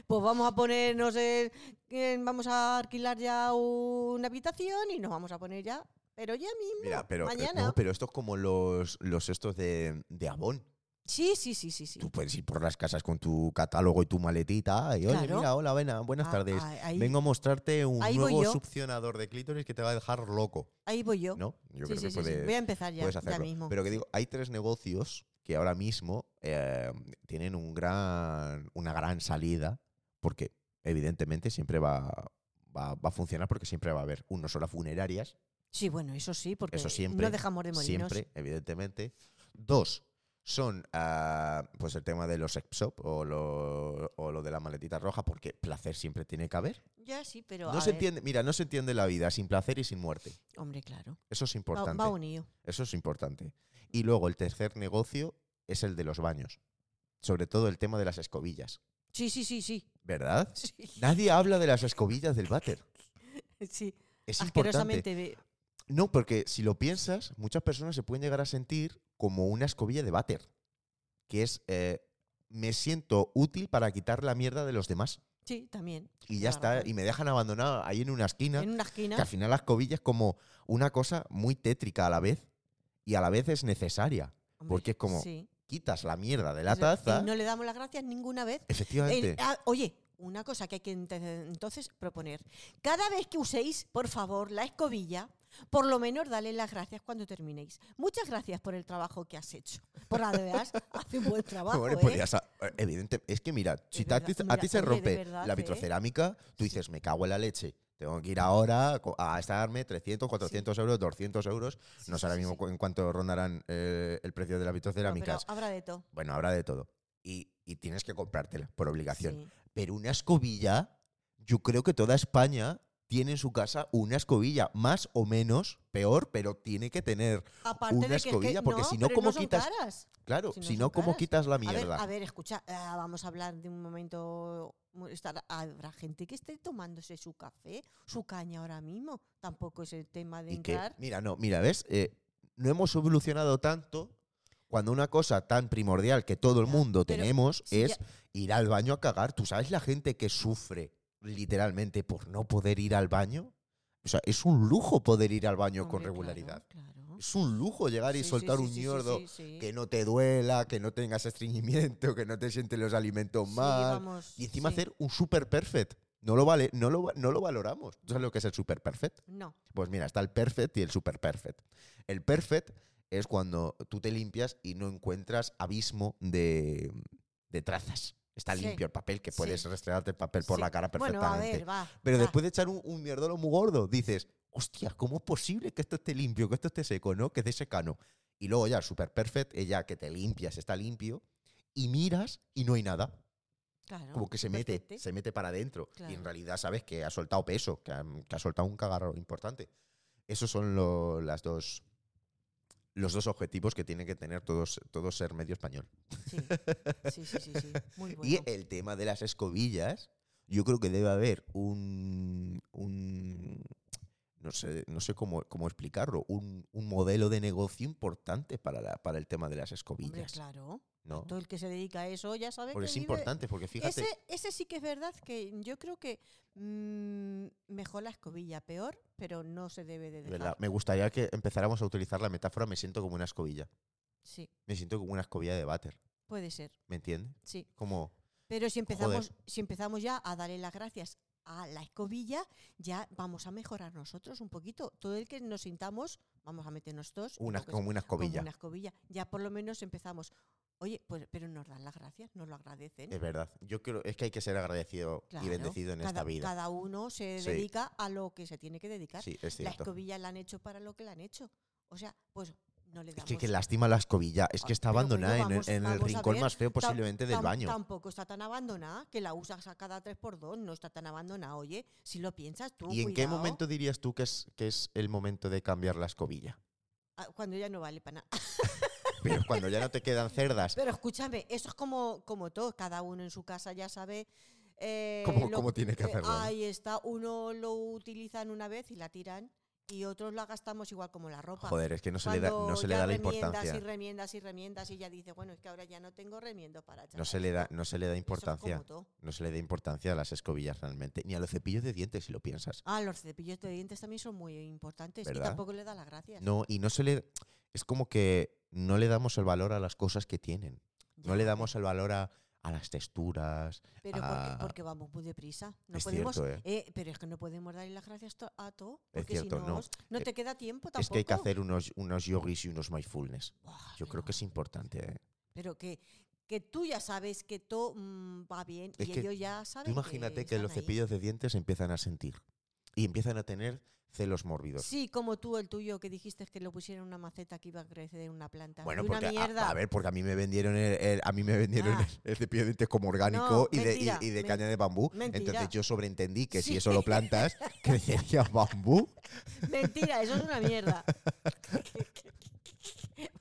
[SPEAKER 2] pues vamos a ponernos en- en- vamos a alquilar ya una habitación y nos vamos a poner ya, pero ya mismo,
[SPEAKER 1] Mira, pero, eh,
[SPEAKER 2] uh, mañana.
[SPEAKER 1] no, pero esto es como los, los estos de, de Avon.
[SPEAKER 2] Sí, sí, sí, sí, sí.
[SPEAKER 1] Tú puedes ir por las casas con tu catálogo y tu maletita. Y oye,
[SPEAKER 2] Claro.
[SPEAKER 1] mira, hola, buena, buenas
[SPEAKER 2] Ah,
[SPEAKER 1] tardes.
[SPEAKER 2] ah, ahí,
[SPEAKER 1] Vengo a mostrarte un
[SPEAKER 2] ahí voy
[SPEAKER 1] nuevo
[SPEAKER 2] yo.
[SPEAKER 1] succionador de clítoris que te va a dejar loco.
[SPEAKER 2] ahí voy yo.
[SPEAKER 1] ¿No?
[SPEAKER 2] Sí,
[SPEAKER 1] Yo creo
[SPEAKER 2] sí,
[SPEAKER 1] que
[SPEAKER 2] sí, sí.
[SPEAKER 1] puede-
[SPEAKER 2] Voy a empezar ya,
[SPEAKER 1] puedes
[SPEAKER 2] ya
[SPEAKER 1] hacerlo.
[SPEAKER 2] mismo.
[SPEAKER 1] Pero que digo, hay tres negocios que ahora mismo eh, tienen un gran, una gran salida, porque evidentemente siempre va, va, va a funcionar, porque siempre va a haber uno solo funerarias,
[SPEAKER 2] sí, bueno, eso sí, porque
[SPEAKER 1] Eso siempre,
[SPEAKER 2] no dejamos de morirnos.
[SPEAKER 1] siempre, evidentemente. Dos, son ah, pues el tema de los sex shop o lo, o lo de la maletita roja, porque placer siempre tiene que haber.
[SPEAKER 2] Ya sí, pero
[SPEAKER 1] No
[SPEAKER 2] a
[SPEAKER 1] se
[SPEAKER 2] ver,
[SPEAKER 1] entiende, mira, no se entiende la vida sin placer y sin muerte.
[SPEAKER 2] hombre, claro.
[SPEAKER 1] Eso es
[SPEAKER 2] Va-
[SPEAKER 1] importante.
[SPEAKER 2] Va, unido.
[SPEAKER 1] Eso es importante. Y luego el tercer negocio es el de los baños. Sobre todo el tema de las escobillas,
[SPEAKER 2] Sí, sí, sí, sí.
[SPEAKER 1] ¿verdad?
[SPEAKER 2] Sí.
[SPEAKER 1] Nadie habla de las escobillas del váter.
[SPEAKER 2] sí.
[SPEAKER 1] Es importante.
[SPEAKER 2] Asquerosamente ve-
[SPEAKER 1] No, porque si lo piensas, muchas personas se pueden llegar a sentir como una escobilla de váter, que es eh, me siento útil para quitar la mierda de los demás.
[SPEAKER 2] Sí, también.
[SPEAKER 1] Y ya
[SPEAKER 2] Tienes
[SPEAKER 1] está,
[SPEAKER 2] razón.
[SPEAKER 1] y me dejan abandonado ahí en una esquina,
[SPEAKER 2] En una esquina.
[SPEAKER 1] que al final la escobilla es como una cosa muy tétrica a la vez, y a la vez es necesaria.
[SPEAKER 2] Hombre,
[SPEAKER 1] porque es como,
[SPEAKER 2] sí.
[SPEAKER 1] Quitas la mierda de la
[SPEAKER 2] Eso-
[SPEAKER 1] taza,
[SPEAKER 2] Y no le damos las gracias ninguna vez. El-
[SPEAKER 1] efectivamente,
[SPEAKER 2] ah, oye, una cosa que hay que ente- entonces proponer. Cada vez que uséis, por favor, la escobilla, por lo menos dale las gracias cuando terminéis. Muchas gracias por el trabajo que has hecho. Por además, hace un buen trabajo.
[SPEAKER 1] Bueno,
[SPEAKER 2] ¿eh?
[SPEAKER 1] podías ha- evidente, es que mira, si te- a
[SPEAKER 2] verdad,
[SPEAKER 1] ti- a
[SPEAKER 2] mira,
[SPEAKER 1] ti se
[SPEAKER 2] oye, de
[SPEAKER 1] rompe
[SPEAKER 2] verdad,
[SPEAKER 1] la
[SPEAKER 2] ¿eh?
[SPEAKER 1] vitrocerámica, tú dices, me cago en la leche. Tengo que ir ahora a co- a gastarme 300, 400 euros, 200 euros.
[SPEAKER 2] Sí,
[SPEAKER 1] no
[SPEAKER 2] sí,
[SPEAKER 1] sé ahora
[SPEAKER 2] sí,
[SPEAKER 1] mismo
[SPEAKER 2] sí.
[SPEAKER 1] cu- en cuánto rondarán eh, el precio de la
[SPEAKER 2] No,
[SPEAKER 1] vitrocerámica.
[SPEAKER 2] pero habrá de todo.
[SPEAKER 1] Bueno, habrá de todo. Y, y tienes que comprártela por obligación.
[SPEAKER 2] Sí.
[SPEAKER 1] Pero una escobilla, yo creo que toda España tiene en su casa una escobilla, más o menos, peor, pero tiene que tener.
[SPEAKER 2] Aparte
[SPEAKER 1] Una
[SPEAKER 2] de que es que-
[SPEAKER 1] escobilla, porque si no,
[SPEAKER 2] pero
[SPEAKER 1] ¿cómo
[SPEAKER 2] son
[SPEAKER 1] quitas
[SPEAKER 2] caras?
[SPEAKER 1] Claro,
[SPEAKER 2] Si
[SPEAKER 1] si
[SPEAKER 2] no
[SPEAKER 1] no,
[SPEAKER 2] son
[SPEAKER 1] ¿cómo
[SPEAKER 2] caras.
[SPEAKER 1] quitas la
[SPEAKER 2] A ver,
[SPEAKER 1] mierda?
[SPEAKER 2] a ver, escucha, ah, vamos a hablar de un momento. mu- estar- habrá gente que esté tomándose su café, su caña ahora mismo. Tampoco es el tema de
[SPEAKER 1] y que,
[SPEAKER 2] entrar.
[SPEAKER 1] mira, no, mira, ¿ves? Eh, no hemos evolucionado tanto cuando una cosa tan primordial que todo el
[SPEAKER 2] Ya,
[SPEAKER 1] mundo
[SPEAKER 2] pero
[SPEAKER 1] tenemos
[SPEAKER 2] si
[SPEAKER 1] es ir al baño a cagar. ¿Tú sabes la gente que sufre literalmente por no poder ir al baño? O sea, es un lujo poder ir al baño con
[SPEAKER 2] Hombre, claro,
[SPEAKER 1] regularidad.
[SPEAKER 2] claro.
[SPEAKER 1] Es un lujo llegar y
[SPEAKER 2] Sí, sí,
[SPEAKER 1] soltar
[SPEAKER 2] sí,
[SPEAKER 1] un
[SPEAKER 2] sí, sí,
[SPEAKER 1] ñordo
[SPEAKER 2] sí, sí.
[SPEAKER 1] que no te duela, que no tengas estreñimiento, que no te sienten los alimentos
[SPEAKER 2] Sí,
[SPEAKER 1] mal.
[SPEAKER 2] vamos,
[SPEAKER 1] y encima
[SPEAKER 2] sí.
[SPEAKER 1] hacer un super perfect. No lo vale, no lo, va- no lo valoramos. ¿Tú sabes lo que es el super perfect?
[SPEAKER 2] No,
[SPEAKER 1] Pues mira, está el perfect y el super perfect. El perfect es cuando tú te limpias y no encuentras abismo de, de trazas. Está
[SPEAKER 2] Sí.
[SPEAKER 1] limpio el papel, que
[SPEAKER 2] Sí.
[SPEAKER 1] puedes restregarte el papel por
[SPEAKER 2] sí.
[SPEAKER 1] la cara perfectamente.
[SPEAKER 2] Bueno, a ver, va.
[SPEAKER 1] Pero
[SPEAKER 2] va.
[SPEAKER 1] después de echar un, un mierdolo muy gordo, dices, hostia, ¿cómo es posible que esto esté limpio, que esto esté seco, no? Que esté secano. Y luego ya, el super perfect, es ya que te limpias, está limpio, y miras y no hay nada.
[SPEAKER 2] Claro,
[SPEAKER 1] Como que se
[SPEAKER 2] Ah, perfecto.
[SPEAKER 1] mete, se mete para adentro. Y
[SPEAKER 2] Claro.
[SPEAKER 1] en realidad sabes que ha soltado peso, que ha, que ha soltado un cagarro importante. Esos son lo- las dos, los dos objetivos que tiene que tener todos, todo ser medio español.
[SPEAKER 2] Sí. Sí, sí, sí, sí. Muy bueno.
[SPEAKER 1] Y el tema de las escobillas, yo creo que debe haber un. un- no sé, no sé cómo, cómo explicarlo, un, un modelo de negocio importante para, la- para el tema de las
[SPEAKER 2] Hombre,
[SPEAKER 1] escobillas.
[SPEAKER 2] claro.
[SPEAKER 1] ¿no?
[SPEAKER 2] Todo el que se dedica a eso ya sabe
[SPEAKER 1] Porque
[SPEAKER 2] que
[SPEAKER 1] es
[SPEAKER 2] vive-
[SPEAKER 1] importante, porque fíjate.
[SPEAKER 2] Ese, ese sí que es verdad que yo creo que mm, mejor la escobilla, peor, pero no se debe de
[SPEAKER 1] de
[SPEAKER 2] dejar.
[SPEAKER 1] verdad, me gustaría que empezáramos a utilizar la metáfora me siento como una escobilla.
[SPEAKER 2] Sí,
[SPEAKER 1] Me siento como una escobilla de váter.
[SPEAKER 2] puede ser,
[SPEAKER 1] ¿Me entiendes?
[SPEAKER 2] sí.
[SPEAKER 1] Como.
[SPEAKER 2] Pero si empezamos, si empezamos ya a darle las gracias a la escobilla, ya vamos a mejorar nosotros un poquito. Todo el que nos sintamos, vamos a meternos todos y
[SPEAKER 1] Una,
[SPEAKER 2] lo que
[SPEAKER 1] como una
[SPEAKER 2] sea, como
[SPEAKER 1] escobilla.
[SPEAKER 2] una escobilla. Ya por lo menos empezamos. Oye, pues, pero nos dan las gracias, nos lo agradecen.
[SPEAKER 1] Es verdad. Yo creo, es que hay que ser agradecido y
[SPEAKER 2] Claro,
[SPEAKER 1] bendecido en
[SPEAKER 2] cada,
[SPEAKER 1] esta vida.
[SPEAKER 2] cada uno se
[SPEAKER 1] Sí.
[SPEAKER 2] dedica a lo que se tiene que dedicar.
[SPEAKER 1] Sí, es
[SPEAKER 2] la
[SPEAKER 1] cierto.
[SPEAKER 2] escobilla la han hecho para lo que la han hecho. O sea, pues no le
[SPEAKER 1] Es
[SPEAKER 2] damos.
[SPEAKER 1] que, que lástima la escobilla. Es que
[SPEAKER 2] Ah,
[SPEAKER 1] está
[SPEAKER 2] pero bueno,
[SPEAKER 1] abandonada en el-
[SPEAKER 2] vamos-
[SPEAKER 1] en, el
[SPEAKER 2] vamos a
[SPEAKER 1] rincón
[SPEAKER 2] ver.
[SPEAKER 1] más feo
[SPEAKER 2] Tam-
[SPEAKER 1] posiblemente del
[SPEAKER 2] tam-
[SPEAKER 1] baño.
[SPEAKER 2] Tampoco está tan abandonada, que la usas a cada 3x2, no está tan abandonada. Oye, si lo piensas tú.
[SPEAKER 1] ¿Y en qué
[SPEAKER 2] cuidado,
[SPEAKER 1] momento dirías tú que es, que es el momento de cambiar la escobilla?
[SPEAKER 2] ah, Cuando ya no vale para nada. Ah,
[SPEAKER 1] Pero cuando ya no te quedan cerdas,
[SPEAKER 2] Pero escúchame, eso es como, como todo, cada uno en su casa ya sabe. eh,
[SPEAKER 1] ¿Cómo- cómo tiene que
[SPEAKER 2] eh,
[SPEAKER 1] hacerlo, no?
[SPEAKER 2] ahí está, uno lo utilizan una vez y la tiran, y otros la gastamos igual como la ropa.
[SPEAKER 1] joder, es que no se le da, no
[SPEAKER 2] Cuando
[SPEAKER 1] se le
[SPEAKER 2] ya
[SPEAKER 1] da la
[SPEAKER 2] remiendas
[SPEAKER 1] importancia.
[SPEAKER 2] Y remiendas y remiendas y ya dice, bueno, es que ahora ya no tengo remiendo para echar
[SPEAKER 1] No se
[SPEAKER 2] a
[SPEAKER 1] le da,
[SPEAKER 2] esto".
[SPEAKER 1] no se le da
[SPEAKER 2] Eso es como
[SPEAKER 1] importancia.
[SPEAKER 2] todo.
[SPEAKER 1] No se le da importancia a las escobillas realmente. Ni a los cepillos de dientes, si lo piensas.
[SPEAKER 2] Ah, los cepillos de dientes también son muy importantes y
[SPEAKER 1] ¿Verdad?
[SPEAKER 2] tampoco le da las gracias.
[SPEAKER 1] No, y no se le. Es como que no le damos el valor a las cosas que tienen.
[SPEAKER 2] Ya,
[SPEAKER 1] No le damos el valor a, a las texturas.
[SPEAKER 2] Pero porque-
[SPEAKER 1] a-
[SPEAKER 2] porque, vamos muy deprisa. No
[SPEAKER 1] ah. Es
[SPEAKER 2] podemos,
[SPEAKER 1] cierto, ¿eh?
[SPEAKER 2] eh, pero es que no podemos darle las gracias to- a todo.
[SPEAKER 1] Es
[SPEAKER 2] Porque
[SPEAKER 1] cierto,
[SPEAKER 2] si no,
[SPEAKER 1] no.
[SPEAKER 2] os- no
[SPEAKER 1] Eh,
[SPEAKER 2] te queda tiempo tampoco.
[SPEAKER 1] Es que hay que hacer unos, unos yogis y unos mindfulness.
[SPEAKER 2] Buah,
[SPEAKER 1] Yo creo
[SPEAKER 2] no,
[SPEAKER 1] que es importante. ¿eh?
[SPEAKER 2] Pero que, que tú ya sabes que todo mm, va bien
[SPEAKER 1] Es
[SPEAKER 2] y
[SPEAKER 1] que
[SPEAKER 2] ellos ya saben.
[SPEAKER 1] Tú imagínate que
[SPEAKER 2] están
[SPEAKER 1] los
[SPEAKER 2] ahí.
[SPEAKER 1] cepillos de dientes empiezan a sentir y empiezan a tener celos mórbidos.
[SPEAKER 2] Sí, como tú, el tuyo, que dijiste que lo pusieron en una maceta que iba a crecer en una planta.
[SPEAKER 1] Bueno,
[SPEAKER 2] Y
[SPEAKER 1] porque ah,
[SPEAKER 2] una mierda.
[SPEAKER 1] a, a ver, porque a mí me vendieron el, el- a mí me vendieron
[SPEAKER 2] Ah.
[SPEAKER 1] el, el cepillo de dientes como
[SPEAKER 2] No,
[SPEAKER 1] orgánico y, de, y-
[SPEAKER 2] mentira,
[SPEAKER 1] y de
[SPEAKER 2] men-
[SPEAKER 1] caña de bambú.
[SPEAKER 2] mentira.
[SPEAKER 1] Entonces yo sobreentendí que si
[SPEAKER 2] Sí.
[SPEAKER 1] eso lo plantas, crecería bambú.
[SPEAKER 2] Mentira, eso es una mierda.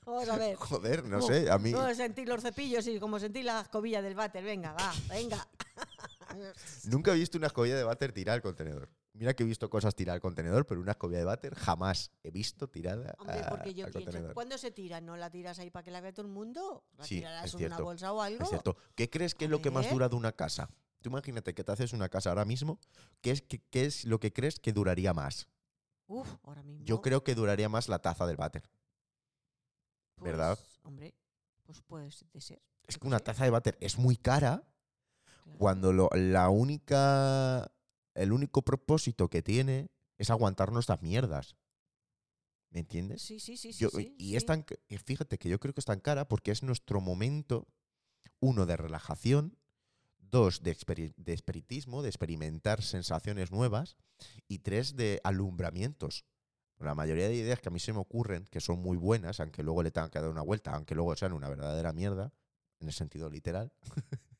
[SPEAKER 2] Vamos a ver.
[SPEAKER 1] Joder, no
[SPEAKER 2] Como-
[SPEAKER 1] sé, a mí
[SPEAKER 2] No, sentir los cepillos y como sentir las escobillas del váter. Venga, va, venga.
[SPEAKER 1] nunca he visto una escobilla de váter tirar al contenedor. Mira que he visto cosas tirar al contenedor, pero una escobilla de váter jamás he visto tirada
[SPEAKER 2] Hombre,
[SPEAKER 1] a-
[SPEAKER 2] porque yo
[SPEAKER 1] Ah, al
[SPEAKER 2] pienso,
[SPEAKER 1] contenedor.
[SPEAKER 2] ¿cuándo se tira? ¿No la tiras ahí para que la vea todo el mundo? ¿La
[SPEAKER 1] Sí,
[SPEAKER 2] tirarás
[SPEAKER 1] es
[SPEAKER 2] en una
[SPEAKER 1] cierto,
[SPEAKER 2] bolsa o algo?
[SPEAKER 1] Es cierto. ¿Qué crees que
[SPEAKER 2] A
[SPEAKER 1] es lo que más
[SPEAKER 2] ver.
[SPEAKER 1] dura de una casa? Tú imagínate que te haces una casa ahora mismo. ¿Qué es, qué, qué es lo que crees que duraría más?
[SPEAKER 2] Uf, ahora mismo.
[SPEAKER 1] Yo creo que duraría más la taza del váter.
[SPEAKER 2] pues,
[SPEAKER 1] ¿verdad?
[SPEAKER 2] Hombre, pues puede ser.
[SPEAKER 1] Es que una taza de váter es muy cara. cuando lo- la única, el único propósito que tiene es aguantarnos las mierdas. ¿Me entiendes?
[SPEAKER 2] Sí, sí, sí. sí,
[SPEAKER 1] Yo-
[SPEAKER 2] sí,
[SPEAKER 1] y
[SPEAKER 2] sí.
[SPEAKER 1] es tan, ca- eh, fíjate que yo creo que es tan cara porque es nuestro momento, uno, de relajación, dos, de, experi- de espiritismo, de experimentar sensaciones nuevas, y tres, de alumbramientos. La mayoría de ideas que a mí se me ocurren, que son muy buenas, aunque luego le tengan que dar una vuelta, aunque luego sean una verdadera mierda, en el sentido literal,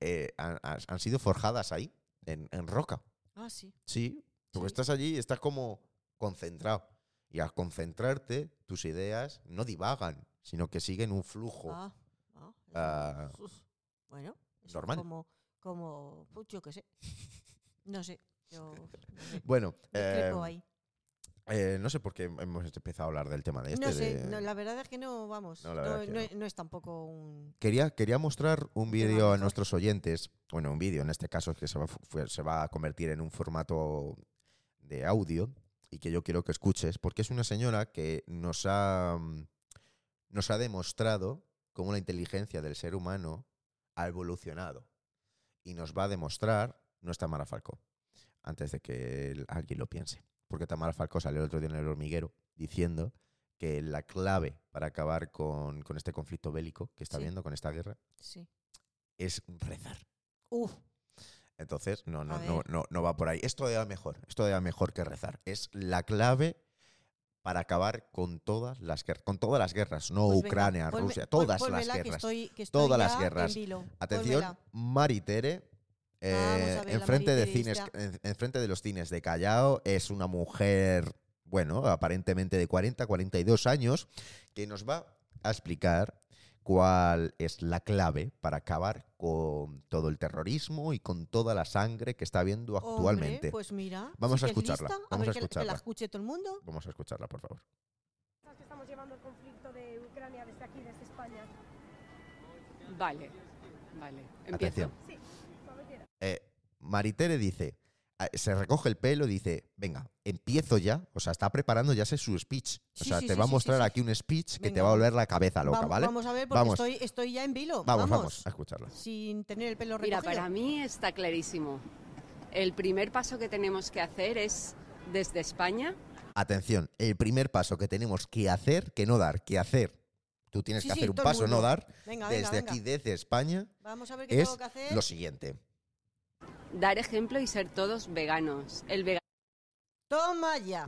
[SPEAKER 1] eh, han, han- han sido forjadas ahí, en, en roca.
[SPEAKER 2] Ah, sí.
[SPEAKER 1] Sí, tú
[SPEAKER 2] Sí.
[SPEAKER 1] estás allí y estás como concentrado. Y al concentrarte, tus ideas no divagan, sino que siguen un flujo.
[SPEAKER 2] Ah, ah, eso,
[SPEAKER 1] Ah,
[SPEAKER 2] uf, bueno, eso
[SPEAKER 1] normal.
[SPEAKER 2] Como, como, pues, yo qué sé. No sé. Yo no sé,
[SPEAKER 1] Bueno,
[SPEAKER 2] discrepo
[SPEAKER 1] em,
[SPEAKER 2] ahí.
[SPEAKER 1] eh, no sé por qué hemos empezado a hablar del tema de este.
[SPEAKER 2] no sé,
[SPEAKER 1] de-
[SPEAKER 2] no, la verdad es que no, vamos.
[SPEAKER 1] No,
[SPEAKER 2] No,
[SPEAKER 1] la verdad que
[SPEAKER 2] no
[SPEAKER 1] no.
[SPEAKER 2] es- no es tampoco un.
[SPEAKER 1] quería, quería mostrar un
[SPEAKER 2] tema
[SPEAKER 1] vídeo a
[SPEAKER 2] mejor.
[SPEAKER 1] nuestros oyentes, bueno, un vídeo en este caso que se va, a fu- fu- se va a convertir en un formato de audio y que yo quiero que escuches, porque es una señora que nos ha, mm, nos ha demostrado cómo la inteligencia del ser humano ha evolucionado y nos va a demostrar no es Tamara Falcó, antes de que el- alguien lo piense, porque Tamara Falcó salió el otro día en el hormiguero diciendo que la clave para acabar con, con este conflicto bélico que está
[SPEAKER 2] Sí.
[SPEAKER 1] habiendo, con esta guerra,
[SPEAKER 2] Sí.
[SPEAKER 1] es rezar.
[SPEAKER 2] Uf,
[SPEAKER 1] Entonces, no, no,
[SPEAKER 2] A
[SPEAKER 1] no,
[SPEAKER 2] ver.
[SPEAKER 1] no, no va por ahí. Esto todavía mejor, es todavía mejor que rezar. Es la clave para acabar con todas las guerras, con todas las guerras, no
[SPEAKER 2] pues venga,
[SPEAKER 1] Ucrania,
[SPEAKER 2] ponme-
[SPEAKER 1] Rusia,
[SPEAKER 2] pon-
[SPEAKER 1] todas las
[SPEAKER 2] pónmela, que
[SPEAKER 1] guerras.
[SPEAKER 2] estoy- que estoy
[SPEAKER 1] Todas las
[SPEAKER 2] ya en
[SPEAKER 1] guerras.
[SPEAKER 2] vilo,
[SPEAKER 1] Atención,
[SPEAKER 2] pónmela.
[SPEAKER 1] Mari Tere, eh,
[SPEAKER 2] Pues a ver, la
[SPEAKER 1] enfrente, de
[SPEAKER 2] Mari Tere
[SPEAKER 1] cines,
[SPEAKER 2] está.
[SPEAKER 1] en- enfrente de los cines de Callao, es una mujer, bueno, aparentemente de 40, 42 años, que nos va a explicar cuál es la clave para acabar con todo el terrorismo y con toda la sangre que está habiendo
[SPEAKER 2] Hombre,
[SPEAKER 1] actualmente.
[SPEAKER 2] pues mira.
[SPEAKER 1] Vamos
[SPEAKER 2] sí
[SPEAKER 1] a
[SPEAKER 2] que es
[SPEAKER 1] escucharla,
[SPEAKER 2] lista.
[SPEAKER 1] vamos
[SPEAKER 2] ver
[SPEAKER 1] a
[SPEAKER 2] que la- Que
[SPEAKER 1] escucharla.
[SPEAKER 2] la escuche todo el mundo.
[SPEAKER 1] Vamos a escucharla, por favor.
[SPEAKER 3] que estamos llevando el conflicto de Ucrania desde aquí, desde España.
[SPEAKER 4] Vale, vale. Empiezo.
[SPEAKER 1] Atención.
[SPEAKER 3] Sí, cuando quieras.
[SPEAKER 1] Eh, Maritere dice, eh, se recoge el pelo, dice, venga, empiezo ya. O sea, está preparando ya sé su speech. O
[SPEAKER 2] Sí,
[SPEAKER 1] sea,
[SPEAKER 2] sí,
[SPEAKER 1] te
[SPEAKER 2] sí,
[SPEAKER 1] va a
[SPEAKER 2] sí, sí,
[SPEAKER 1] mostrar
[SPEAKER 2] sí.
[SPEAKER 1] aquí un speech que te
[SPEAKER 2] Venga,
[SPEAKER 1] va a
[SPEAKER 2] vamos.
[SPEAKER 1] volver la cabeza loca,
[SPEAKER 2] Vam-
[SPEAKER 1] ¿vale?
[SPEAKER 2] Vamos a ver, porque
[SPEAKER 1] Vamos.
[SPEAKER 2] Estoy, estoy ya en vilo.
[SPEAKER 1] Vamos, vamos, a escucharla.
[SPEAKER 2] Sin tener el pelo
[SPEAKER 4] Mira,
[SPEAKER 2] recogido.
[SPEAKER 4] para mí está clarísimo. El primer paso que tenemos que hacer es desde España.
[SPEAKER 1] Atención, el primer paso que tenemos que hacer, que no dar, que hacer. Tú tienes
[SPEAKER 2] Sí,
[SPEAKER 1] que
[SPEAKER 2] sí,
[SPEAKER 1] hacer un
[SPEAKER 2] todo el
[SPEAKER 1] paso, no
[SPEAKER 2] mundo.
[SPEAKER 1] dar.
[SPEAKER 2] Venga,
[SPEAKER 1] desde
[SPEAKER 2] venga, venga.
[SPEAKER 1] aquí, desde España,
[SPEAKER 2] Vamos a ver qué
[SPEAKER 1] es
[SPEAKER 2] tengo que hacer.
[SPEAKER 1] lo siguiente.
[SPEAKER 4] Dar ejemplo y ser todos veganos. El vega-
[SPEAKER 2] Toma ya.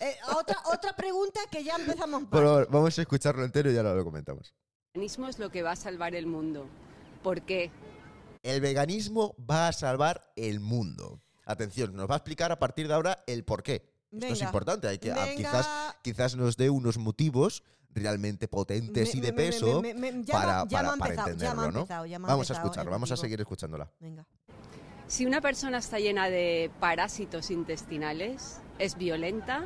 [SPEAKER 2] Eh, otra, otra pregunta que ya empezamos mal.
[SPEAKER 1] Pero vamos a escucharlo entero y ahora lo comentamos.
[SPEAKER 4] veganismo es lo que va a salvar el mundo. ¿Por qué?
[SPEAKER 1] El veganismo va a salvar el mundo. Atención, nos va a explicar a partir de ahora el por qué. Esto es
[SPEAKER 2] Venga.
[SPEAKER 1] importante, hay que, ah,
[SPEAKER 2] Venga.
[SPEAKER 1] quizás quizás nos dé unos motivos realmente potentes
[SPEAKER 2] Me-
[SPEAKER 1] y de
[SPEAKER 2] me- me-
[SPEAKER 1] peso
[SPEAKER 2] me- me- ya
[SPEAKER 1] para,
[SPEAKER 2] me- ya me
[SPEAKER 1] para,
[SPEAKER 2] han
[SPEAKER 1] para
[SPEAKER 2] empezado, ya me
[SPEAKER 1] entenderlo,
[SPEAKER 2] han
[SPEAKER 1] ¿no?
[SPEAKER 2] empezado, ya me han
[SPEAKER 1] Vamos a
[SPEAKER 2] empezado
[SPEAKER 1] escucharlo,
[SPEAKER 2] el
[SPEAKER 1] vamos a
[SPEAKER 2] motivo.
[SPEAKER 1] seguir escuchándola.
[SPEAKER 2] Venga.
[SPEAKER 4] Si una persona está llena de parásitos intestinales, es violenta,